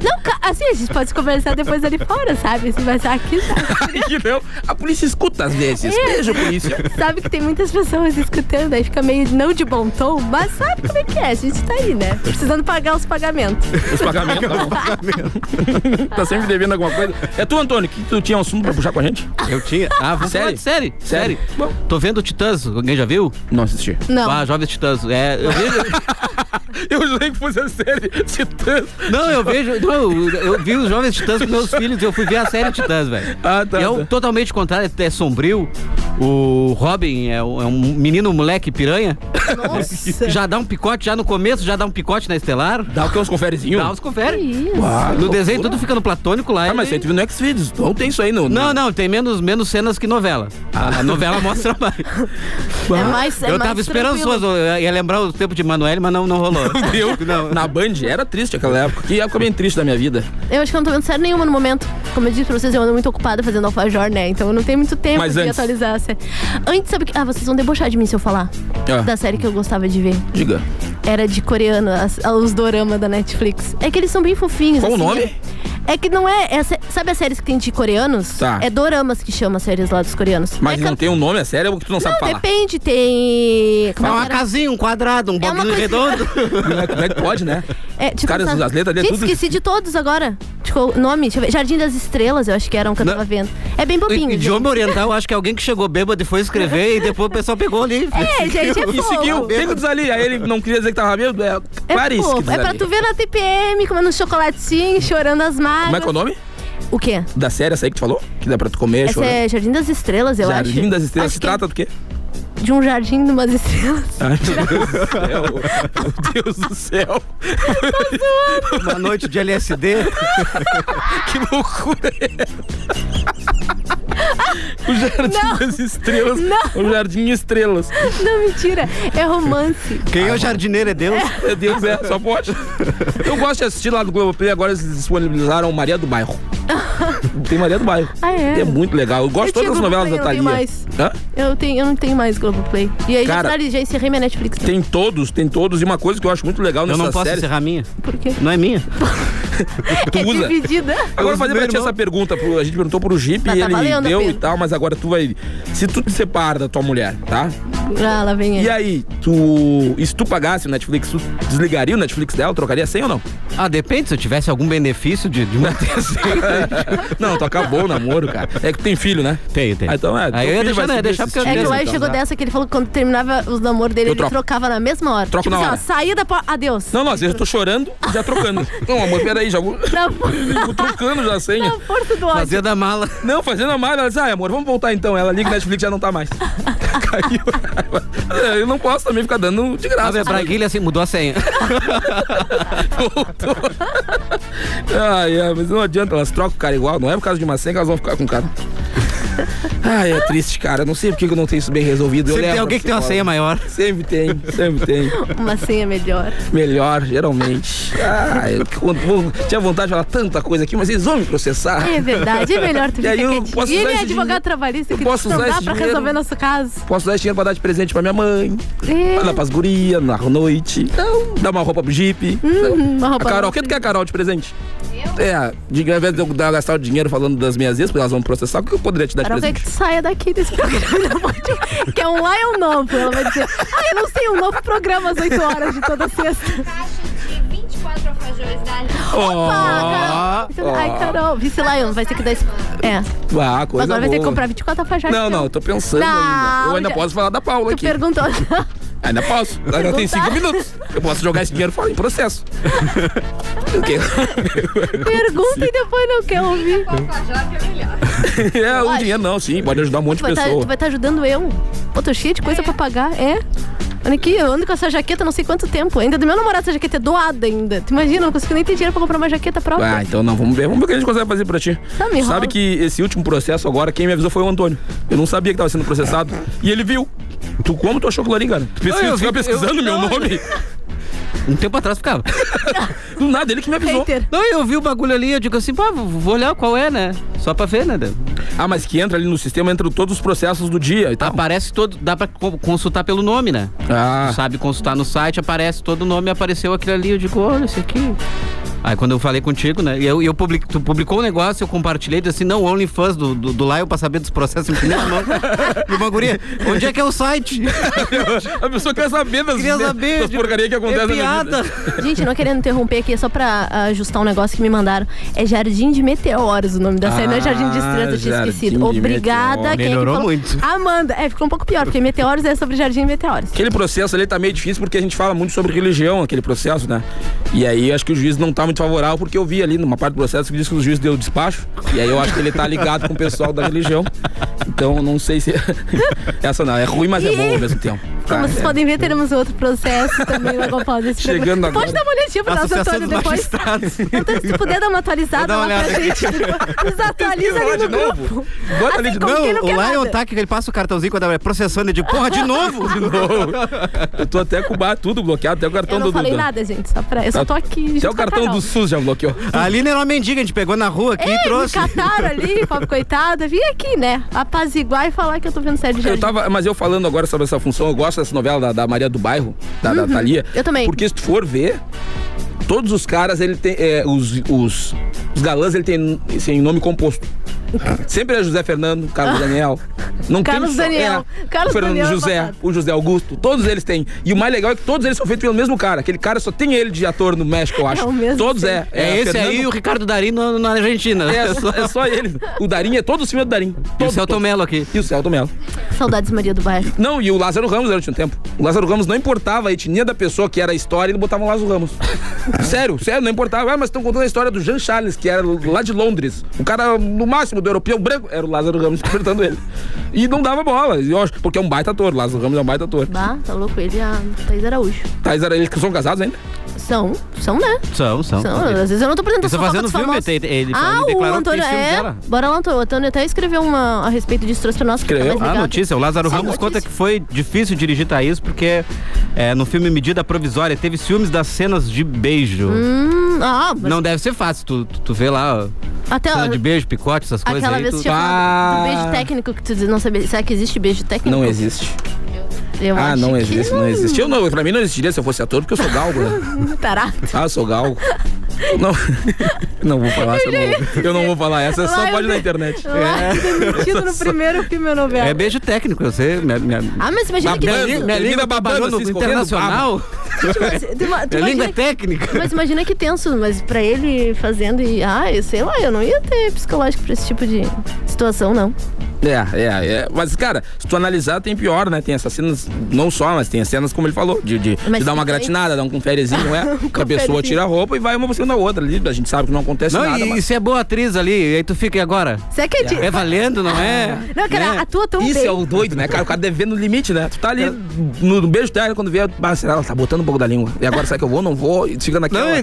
Não, ca- assim, a gente pode conversar depois ali fora, sabe? Assim, mas aqui
Entendeu? A polícia escuta às vezes.
É.
Beijo, polícia.
sabe que tem muitas pessoas escutando, aí fica meio não de bom tom, mas sabe como é que é, a gente tá aí, né? Precisando pagar os pagamentos.
Os pagamentos. tá sempre devendo alguma coisa. É tu, Antônio, que tu tinha um assunto pra puxar com a gente?
Eu tinha. Ah, vamos falar de série. Série.
Bom,
Tô vendo Titãs, alguém já viu?
Não assisti.
Não.
Ah, Jovens Titãs. É, eu vejo.
eu jurei que fosse a série Titãs.
Não, eu vejo. Não, eu eu vi os Jovens Titãs com meus filhos e eu fui ver a série Titãs, velho.
Ah, tá,
E é o
tá.
totalmente contrário, é sombrio. O Robin é, o- é um menino moleque piranha.
Nossa.
Já dá um picote, já no começo, já dá um picote na Estelar.
Dá o que? Uns conferezinhos?
Dá uns confere.
Uau,
No
um? Ah, loucura.
desenho tudo fica no platônico lá.
Ah, mas
ele-
aí tu viu no X-Videos. Não tem isso aí, não.
Não, não, tem menos, menos cenas que novela.
Ah.
A, a novela mostra mais.
É mais, é
eu
mais
tava
tranquilo. É
esperançoso, eu ia lembrar o tempo de Manoel, mas não, não rolou.
Viu? Na Band era triste aquela época. Que época bem triste da minha vida.
Eu acho que eu não tô vendo série nenhuma no momento. Como eu disse pra vocês, eu ando muito ocupada fazendo alfajor, né? Então eu não tenho muito tempo
Mas
de
antes.
atualizar a série. Antes, sabe que. Ah, vocês vão debochar de mim se eu falar.
Ah.
Da série que eu gostava de ver.
Diga.
Era de coreano, as- os dorama da Netflix. É que eles são bem fofinhos.
Qual o nome?
É, é que não é. é sé- sabe as séries que tem de coreanos?
Tá.
É doramas que chama as séries lá dos coreanos.
Mas
é
não tem um nome, é sério, é o que tu não, sabe falar.
Depende, tem.
É
Como
uma
era?
casinha, um quadrado, um bolinho
coisa-
redondo.
Como é, como é que pode, né?
É,
Os caras,
pensar.
as letras dele, é
Gente,
tudo-
esqueci de todos agora. Tipo, o nome, deixa eu ver. Jardim das Estrelas, eu acho que era um que eu
Não.
tava vendo. É bem bobinho.
I- Idioma
gente.
oriental, acho que é alguém que chegou bêbado e foi escrever e depois o pessoal pegou ali.
É, gente, é
E seguiu,
fofo.
tem que diz ali. Aí ele não queria dizer que tava mesmo. É
É,
Clarice que
fofo.
diz
é pra
ali.
tu ver na TPM, comendo um chocolatinho, chorando as mágoas.
Como é que é o nome?
O quê?
Da série essa aí que tu falou? Que dá pra tu comer,
né? Essa
chorar.
é Jardim das Estrelas, eu acho.
né? Jardim das Estrelas.
Acho
Se
que é
trata do quê?
De um jardim de umas estrelas.
Ai, meu Deus do céu. Meu Deus do céu.
Uma noite de LSD.
Que loucura é essa? O Jardim
Não.
das Estrelas.
Não.
O Jardim Estrelas.
Não, mentira. É romance.
Quem é o jardineiro é Deus.
Meu Deus, é, só pode. Eu gosto de assistir lá do Globoplay, agora eles disponibilizaram Maria do Bairro. Tem Maria do Bairro.
Ah, é?
É muito legal. Eu gosto de
Eu tinha
todas as novelas da
Globoplay,
Thalia.
eu não tenho
Hã?
Eu, tenho, eu não tenho mais Globoplay. E aí já
Cara,
finalizei, já encerrei minha Netflix.
Tem todos, tem todos. E uma coisa que eu acho muito legal
Eu
nessa
não posso
série.
encerrar a minha.
Por quê?
Não é minha.
Tu
É
usa.
dividida.
Agora fazer pra ti
irmão.
essa pergunta. pro- A gente perguntou pro Jeep
Mas
e
tá
ele
valendo a
deu
pena.
e tal, mas agora tu vai. Se tu te separa da tua mulher, tá?
Ah, lá vem ele.
E aí, tu. E se tu pagasse o Netflix, tu desligaria o Netflix dela? Trocaria sem ou não?
Ah, depende se eu tivesse algum benefício de, de manter assim.
não, tu acabou o namoro, cara. É que tu tem filho, né?
Tem, tem.
Ah, então é.
Aí eu ia
teu
deixar,
filho vai
né,
se
deixar porque eu
É que
desistir,
o
Beleza,
Laís chegou dessa que ele falou que quando terminava os namoros dele,
então, Eu
ele
troco.
trocava na mesma hora.
Troco
tipo
na
assim,
hora.
ó, saía da porta. Adeus.
Não, não, às vezes eu tô chorando e já trocando. Não, amor, peraí, já vou.
Na, for-
vou trocando já a senha.
na força do ódio.
Fazia da mala.
Não, fazendo a mala, ela diz, ai amor, vamos voltar então. Ela liga o Netflix já não tá mais. Caiu. É, Eu não posso também ficar dando de graça.
Abre a
sabe?
braguilha assim, mudou a senha.
Voltou. ai, ai, mas não adianta, elas trocam o cara igual. Não é por causa de uma senha que elas vão ficar com o cara. Ai, é triste, cara. Eu Não sei por que que eu não tenho isso bem resolvido. Eu
Sempre tem
levo
alguém que
pra
tem uma senha maior.
psicóloga. Sempre tem, sempre tem.
Uma senha melhor.
Melhor, geralmente. Ah, eu quando vou- tinha vontade de falar tanta coisa aqui, mas eles vão me processar.
É verdade, é melhor tu
E
ficar
aí eu
quietinho.
posso
E ele
usar
é
esse
advogado
dinheiro-
trabalhista
eu
que
posso
não
usar
dá
esse
pra
dinheiro-
resolver nosso caso.
Posso dar esse dinheiro pra dar de presente pra minha mãe,
É.
pra dar pras gurias na noite. Então, dar uma roupa pro Jeep.
Hum, uma
a
roupa
Carol,
nova.
o que tu quer a Carol de presente? Eu? É, de, ao invés de eu dar- gastar o dinheiro falando das minhas ex, porque elas vão me processar, o que eu poderia te dar de
Carol quer
presente?
que tu saia daqui desse programa. Não pode- Quer um lá é um novo. Ela vai dizer, ah, eu não sei, um novo programa às 8 horas de toda sexta. Ah, Carol. Ai, Carol, vice Lion, vai ter que dar esse... É,
Ah,
mas
coisa
agora vai ter que
boa.
comprar 24 alfajadas. então.
Não, não, eu tô pensando
Não,
ainda. Eu ainda
já-
posso falar da Paula
Tu
aqui.
perguntou...
Ainda posso. Ainda tem cinco minutos. Eu posso jogar esse dinheiro fora em processo. O quê?
Pergunta e depois não quer ouvir.
É, o
Pode.
dinheiro não, sim, pode ajudar um monte
Tu vai
de
estar
pessoa.
ajudando eu. Pô, tô cheia de coisa pra pagar. É. Olha aqui, eu ando com essa jaqueta não sei quanto tempo. Ainda do meu namorado, essa jaqueta é doada ainda. Tu imagina, eu não consigo nem ter dinheiro pra comprar uma jaqueta própria.
Ah, então não, vamos ver, vamos ver o que a gente consegue fazer pra ti.
Tá, me rola.
Sabe que esse último processo agora, quem me avisou foi o Antônio. Eu não sabia que tava sendo processado. E ele viu. Tu como tu achou aquilo ali, cara? Tu pesquisa-
eu
tu fica
vi-
pesquisando
eu-
meu
não.
nome?
Um tempo atrás ficava.
Do nada, ele que me avisou.
Não, eu vi o bagulho ali, eu digo assim, pô, vou vou olhar qual é, né? Só pra ver, né?
Ah, mas que entra ali no sistema, entram todos os processos do dia e tal.
Aparece todo, dá pra co- consultar pelo nome, né?
Ah.
Tu sabe consultar no site, aparece todo o nome, apareceu aquele ali, eu digo, olha, esse aqui. Aí quando eu falei contigo, né? E eu, e eu public, tu publicou o negócio, eu compartilhei, disse assim, não, OnlyFans do, do, do lá eu pra saber dos processos infinitos, não. E uma guria, onde é que é o site?
A pessoa quer saber das,
Queria saber,
das
tipo,
porcaria que acontece na é vida.
Gente, não querendo interromper aqui, é só pra ajustar um negócio que me mandaram. É Jardim de Meteoros o nome da série, não é Jardim de Estrelas, eu tinha
Ah,
Jardim
esquecido.
de
Obrigada.
Meteoros.
quem é que
Melhorou
falou?
muito.
Amanda. É, ficou um pouco pior, porque Meteoros é sobre Jardim de Meteoros.
Aquele processo ali tá meio difícil porque a gente fala muito sobre religião, aquele processo, né? E aí acho que o juiz não tá muito favorável, porque eu vi ali numa parte do processo que diz que o juiz deu despacho. E aí eu acho que ele tá ligado com o pessoal da religião. Então não sei se. Essa não, é ruim, mas é boa ao mesmo tempo.
Como
Tá,
vocês
é.
podem ver, teremos outro processo também logo após esse programa.
Chegando agora.
Pode dar uma olhadinha pra nós,
Associação
Antônio,
dos
depois. Antônio, se tu puder dar uma atualizada
Vou
lá
dar uma
pra
olhada.
gente. Nos atualiza ali no grupo.
Bota
ali de
assim como quem não
novo.
quer
O Lion
nada.
tá que ele passa o cartãozinho quando é processando, ele diz, porra, de novo?
De novo. Eu tô até com o bar tudo bloqueado, até o cartão
Então,
Eu não
do
falei
Duda.
nada, tá gente. Só pra... Eu só tô aqui.
Até
junto
o
com a
Tá. cartão
Carol.
do SUS já bloqueou.
A Aline era uma mendiga, a gente pegou na rua aqui
Ei,
e trouxe.
É, Me cataram ali, pobre coitada. Vim aqui, né? Apaziguar e falar que eu tô vendo série de
Eu
jardim.
tava, mas eu falando agora sobre essa função, eu gosto dessa novela da, da Maria do Bairro, da, da
Uhum.
Thalia.
Eu também.
Porque se tu for ver, todos os caras, ele tem. é, os, os, os galãs, ele tem, tem nome composto. Sempre é José Fernando, Carlos Daniel. Não
Ah. Carlos
tem só-
Daniel.
é,
Carlos
o Fernando
Daniel é
José,
batata.
o José Augusto, todos eles têm. E o mais legal é que todos eles são feitos pelo mesmo cara. Aquele cara só tem ele de ator no México, eu acho.
É o mesmo
todos é.
sempre. É esse aí e o Ricardo Darim na, Argentina.
É, só- é só ele. O Darim é todo o filme do Darim. e o Celto
Melo aqui.
E o Celto Melo.
Saudades, Maria do Bairro.
Não, e o Lázaro Ramos durante um tempo. O Lázaro Ramos não importava a etnia da pessoa que era a história, ele botava o Lázaro Ramos. sério, sério, não importava. Ah, mas estão contando a história do Jean Charles, que era lá de Londres. O cara, no máximo, do europeu branco, era o Lázaro Ramos interpretando ele. E não dava bola, eu acho, porque é um baita ator. O Lázaro Ramos é um baita ator.
Bah, tá louco. Ele e a Thaís Araújo.
Tais era eles que são casados ainda?
São, são, né?
São, são.
São, às vezes eu não tô apresentando
Eles
só
estão
foto
fazendo
dos
filme,
famosos.
ele- ele- ele
ah, o
declarou que
Antônio,
tem filme
é.
dela.
Bora lá, Antônio. O Antônio até escreveu uma a respeito disso, trouxe pra nós. fica mais
A
ligado.
Ah, notícia, o Lázaro
Sim,
Ramos
notícia.
conta que foi difícil dirigir Thaís porque é, no filme Medida Provisória teve ciúmes das cenas de beijo.
Hum, ah, mas
Não deve ser fácil, tu, tu, tu vê lá ó,
Até
cena
a-
de beijo, picote, essas coisas
aquela tipo
aí.
vez
tu... Ah!
que chamava do beijo técnico que tu diz- não sabia. Será que existe beijo técnico?
Não existe.
Eu
ah,
acho
não
que
existe, não...
não.
existe. Eu não, pra mim não existiria se eu fosse ator, porque eu sou galgo, né?
Tará.
Ah, eu sou galgo. Não, não vou falar, essa, eu, não, vou- eu não vou falar essa, é só
Lá eu
pode na
de-
internet.
lá eu demitido no primeiro filme ou novela.
É beijo técnico, eu sei. Minha, minha...
Ah, mas imagina que
minha,
tem-
língua- minha
Termina
língua
babando,
trabalhou no
assim, escorrendo
internacional.
tu ima- tu
Minha língua é
imagina-
técnica.
Mas imagina que tenso, mas pra ele fazendo e. Ah, eu sei lá, eu não ia ter psicológico pra esse tipo de situação, não.
É, é, é. Mas, cara, se tu analisar, tem pior, né? Tem essas cenas, não só, mas tem as cenas, como ele falou, de, de,
Mas
de dar uma
também-
gratinada, dar um conferezinho, é. que a pessoa
conferezinho.
tira a roupa e vai uma por cima da outra ali. A gente sabe que não acontece
Não,
nada.
e, e
mas-
se é boa atriz ali, e aí tu fica e agora?
Será que é de-
É valendo, não é?
Não, cara, atua tão
Isso
bem.
é o doido, né, cara? O cara deve ver no limite, né? Tu tá ali no, no beijo dela, quando vê, ah, será que ela tá botando um pouco da língua. E agora, será que eu vou não vou? E tu fica naquela... É.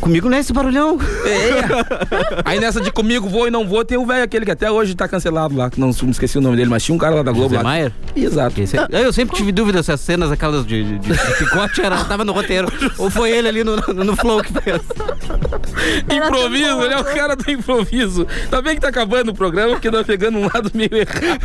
comigo não é esse barulhão.
Aí nessa de comigo vou e não vou, tem o velho aquele que até hoje tá cancelado lá, que não não esqueci o nome dele, mas tinha um cara lá da Globo.
Zé
lá.
Maier?
Exato.
Esse- Eu, sempre tive dúvida se as cenas, aquelas de, de- de- de picote, era, tava no roteiro. Ou foi ele ali no, no, no flow que fez.
Improviso, ele é o cara do improviso. Tá bem que tá acabando o programa, porque tá pegando um lado meio errado.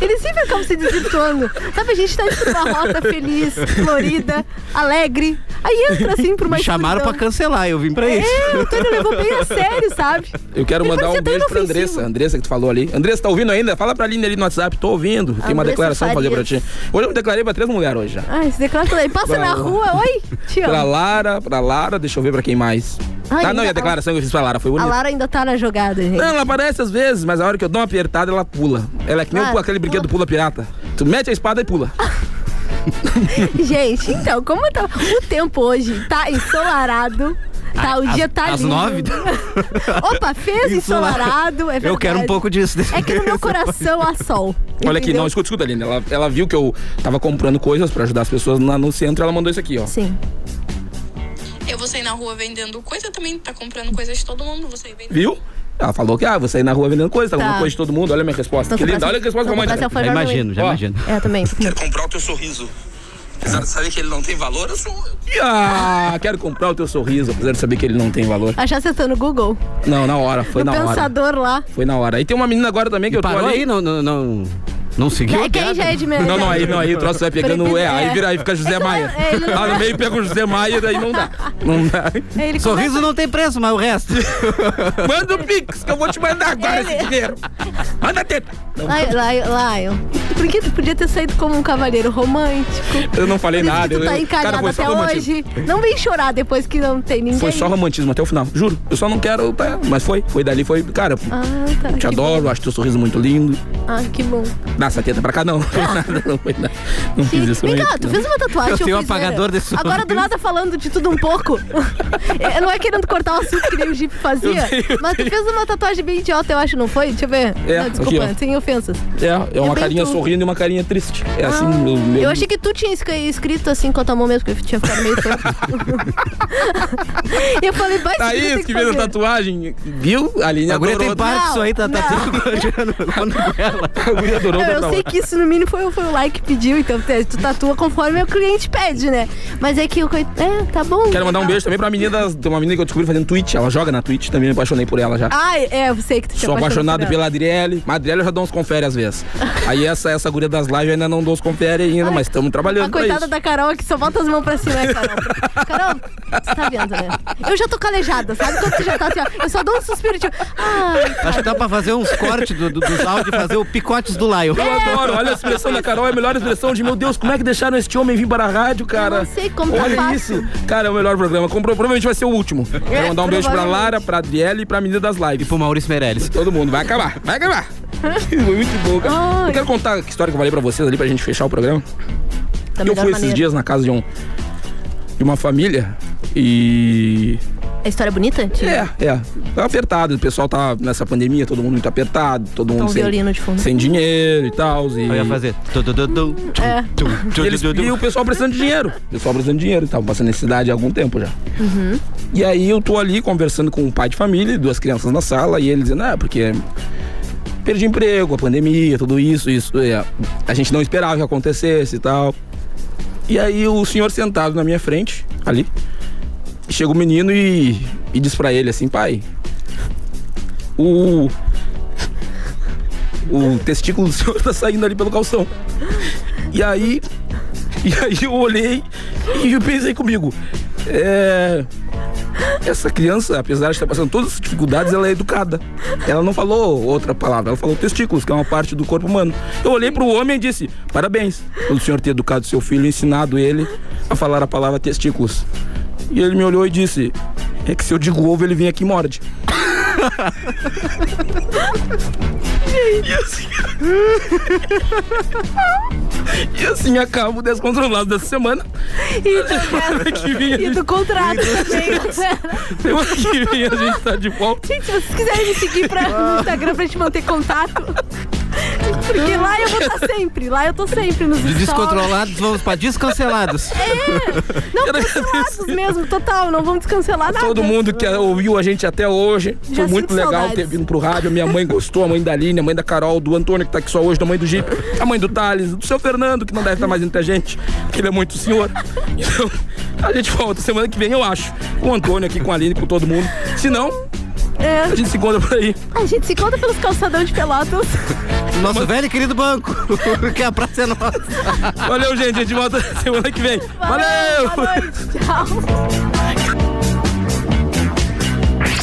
Ele sempre acaba se desvirtuando. Sabe, a gente tá tipo uma rota feliz, florida, alegre. Aí entra assim por uma
Me chamaram pra
escuridão.
cancelar, eu vim pra isso.
É, o Antônio levou bem a sério, sabe?
Eu quero
Ele
mandar
parecia
um
até
beijo pra
tá inofensivo.
Andressa, Andressa que tu falou ali. Andressa, tá ouvindo ainda? Fala pra Aline ali no WhatsApp, tô ouvindo. Tem uma
Andressa
declaração pra fazer pra
Farias. Então.
ti. Hoje eu me declarei pra três mulheres hoje já.
Ai, se declara tudo aí. Passa
Pra-
na rua, oi, te
Pra
amo.
Lara, pra Lara, deixa eu ver pra quem mais.
Ai,
ah, não, e a
ainda-
declaração que eu fiz pra Lara foi
A
bonita.
Lara ainda tá na jogada, gente.
Não, ela aparece às vezes, mas a hora que eu dou uma apertada, ela pula. Ela é que nem
Ah,
aquele brinquedo pula pirata. Tu mete a espada e pula.
Gente, então, como tá o tempo hoje? Tá ensolarado. Tá, o
Às-
dia tá
às
lindo.
nove?
Opa, fez ensolarado. é
eu quero um
verdade.
pouco disso.
É que no meu coração há sol.
Olha aqui, não, escuta, escuta, Aline. Ela, ela viu que eu tava comprando coisas pra ajudar as pessoas lá no centro, ela mandou isso aqui, ó.
Sim.
Eu vou sair na rua vendendo coisa também, tá comprando coisa de todo mundo, vou sair vendendo.
Viu? Ela falou que, ah, vou sair na rua vendendo coisa, tá
Tá.
comprando coisa de todo mundo. Olha a minha resposta.
Então
que linda,
comprasse-
olha que resposta
então
romântica.
comprasse alfajor Já no imagino,
já imagino.
É, também.
Comprar o teu sorriso. Apesar de saber que ele não tem valor, eu sou.
Ah, quero comprar o teu sorriso, apesar de saber que ele não tem valor.
Achar acertou tá no Google.
Não, na hora, foi
no
na hora.
pensador lá.
Foi na hora. E tem uma menina agora também que eu
parou
tô ali.
aí, não, não, não, não seguiu.
É que aí já é de merda.
Não, não, aí, não, aí o troço vai pegando.
Proibido,
É, aí
é.
vira, aí fica José Maia.
é, ele não-
Lá no meio pega o José Maia, daí não dá. Não dá.
Ele
Sorriso não tem preço, mas o resto.
Manda o Pix, que eu vou te mandar agora esse dinheiro. Manda teta.
Lion, por que tu podia ter saído como um cavalheiro romântico?
Eu não falei nada.
Tu
eu-
tá
eu- cara,
encalhado
foi só
até
romantismo.
hoje. Não vem chorar depois que não tem ninguém.
Foi só romantismo até o final, juro. Eu só não quero, tá? mas foi. Foi dali, foi. Cara,
Ah, tá.
te
que
adoro, acho teu sorriso muito lindo.
bom. Ah, que bom.
Dá essa teta pra cá, não. Não foi nada, não foi nada. Não fiz isso.
Vem
não.
cá, tu fez uma tatuagem.
Eu tenho um
fiz, né?
apagador desse
Agora do
sorriso.
nada falando de tudo um pouco. É, não é querendo cortar o assunto que nem o Jeep fazia.
Eu tenho, eu
mas tu fez uma tatuagem bem idiota, eu acho, não foi? Deixa eu ver.
É,
não, desculpa,
aqui, ó.
sem ofensas.
É, é uma
bem
carinha
tu.
sorrindo e uma carinha triste. É assim,
Ah,
meu, meu-
Eu achei que tu tinha escre- escrito assim com a tua mão mesmo, porque eu tinha ficado meio torto. eu falei, vai isso aqui eu tenho
Thaís, Tá que fez a
fazer.
tatuagem, viu? A Aline
A guria
adorou.
tem parte disso aí, tá, tá
A guria adorou
Não,
a
eu
tatuagem.
sei que isso no mínimo foi, foi o like que pediu, então te- tu tatua conforme o cliente pede, né? Mas é que o coitado. É, tá bom.
Quero mandar um beijo também pra menina das, tem uma menina que eu descobri fazendo Twitch. Ela joga na Twitch, também me apaixonei por ela já.
Ai, é, eu sei que tu te
Sou apaixonado
por ela.
pela Adriele. Mas a Adriele eu já dou uns confere às vezes. Aí essa, essa guria das lives eu ainda não dou uns confere ainda, mas estamos
A
trabalhando pra
coitada
isso.
da Carol é que só bota as mãos pra cima, né, Carol? Carol, você tá vendo, né? Eu já tô calejada, sabe? Quando tu já tá assim, ó. Eu só dou um suspiro, tipo. Ai,
Acho que dá pra fazer uns cortes do, do, dos áudios e fazer o picotes do Lion.
Eu adoro, olha a expressão da Carol, é a melhor expressão de meu Deus, como é que deixaram este homem vir para a rádio, cara?
não sei como tá
Olha
fácil.
isso. Cara, é o melhor programa. Comprou, provavelmente vai ser o último. Quero mandar um beijo pra
É, provavelmente.
Lara, pra Adriele e pra menina das lives. E pro Maurício Meirelles. Todo mundo, vai acabar, vai acabar. Foi muito bom, cara. Eu quero contar que história que eu falei pra vocês ali pra gente fechar o programa.
Da
eu
melhor
fui esses
maneira.
dias na casa de um de uma família e
A história é bonita?
é, é. Tá apertado. O pessoal tá nessa pandemia, todo mundo muito apertado, todo mundo
um
sem,
violino de fundo.
sem dinheiro e tal. E...
Eu ia fazer. Tu, tu, tu, tu, tu,
É.
tu, tu,
E, eles-
tu, tu.
e o pessoal precisando de dinheiro. O pessoal precisando de dinheiro. Estavam passando necessidade há algum tempo já.
Uhum.
E aí eu tô ali conversando com um pai de família, e duas crianças na sala, e ele dizendo, ah, porque perdi emprego, a pandemia, tudo isso, isso. é, a gente não esperava que acontecesse e tal. E aí o senhor sentado na minha frente, ali, chega o menino e, e diz pra ele assim, pai, o. O testículo do senhor tá saindo ali pelo calção. E aí. E aí eu olhei e eu pensei comigo. É. Essa criança, apesar de estar passando todas as dificuldades, ela é educada. Ela não falou outra palavra, ela falou testículos, que é uma parte do corpo humano. Eu olhei para o homem e disse: Parabéns pelo senhor ter educado seu filho e ensinado ele a falar a palavra testículos. E ele me olhou e disse: É que se eu digo ovo, ele vem aqui e morde. E assim. e assim acaba o descontrolado dessa semana. Semana que vem a
E
gente-
do contrato também.
Semana que vem a gente tá de volta.
Gente, se vocês quiserem me seguir pra, no Instagram pra gente manter contato. Porque lá eu vou estar sempre. Lá eu tô sempre nos
De
stories.
descontrolados, vamos pra descancelados.
Não, cancelados mesmo, total. Não vamos descancelar nada.
Todo mundo que ouviu a gente até hoje.
Já
Foi muito
sinto
legal
saudades.
ter vindo pro rádio. A Minha mãe gostou, a mãe da Aline, a mãe da Carol, do Antônio, que tá aqui só hoje, da mãe do Jeep, a mãe do Thales, do seu Fernando, que não deve estar mais entre a gente, que ele é muito senhor. Então, a gente volta semana que vem, eu acho. Com o Antônio aqui, com a Aline, com todo mundo. Se não,
É.
a gente se encontra por aí.
A gente se conta pelos calçadão de pelotas.
Nosso velho e querido banco, que a praça é nossa.
Valeu, gente. A gente volta semana que vem. Valeu!
Boa noite, tchau.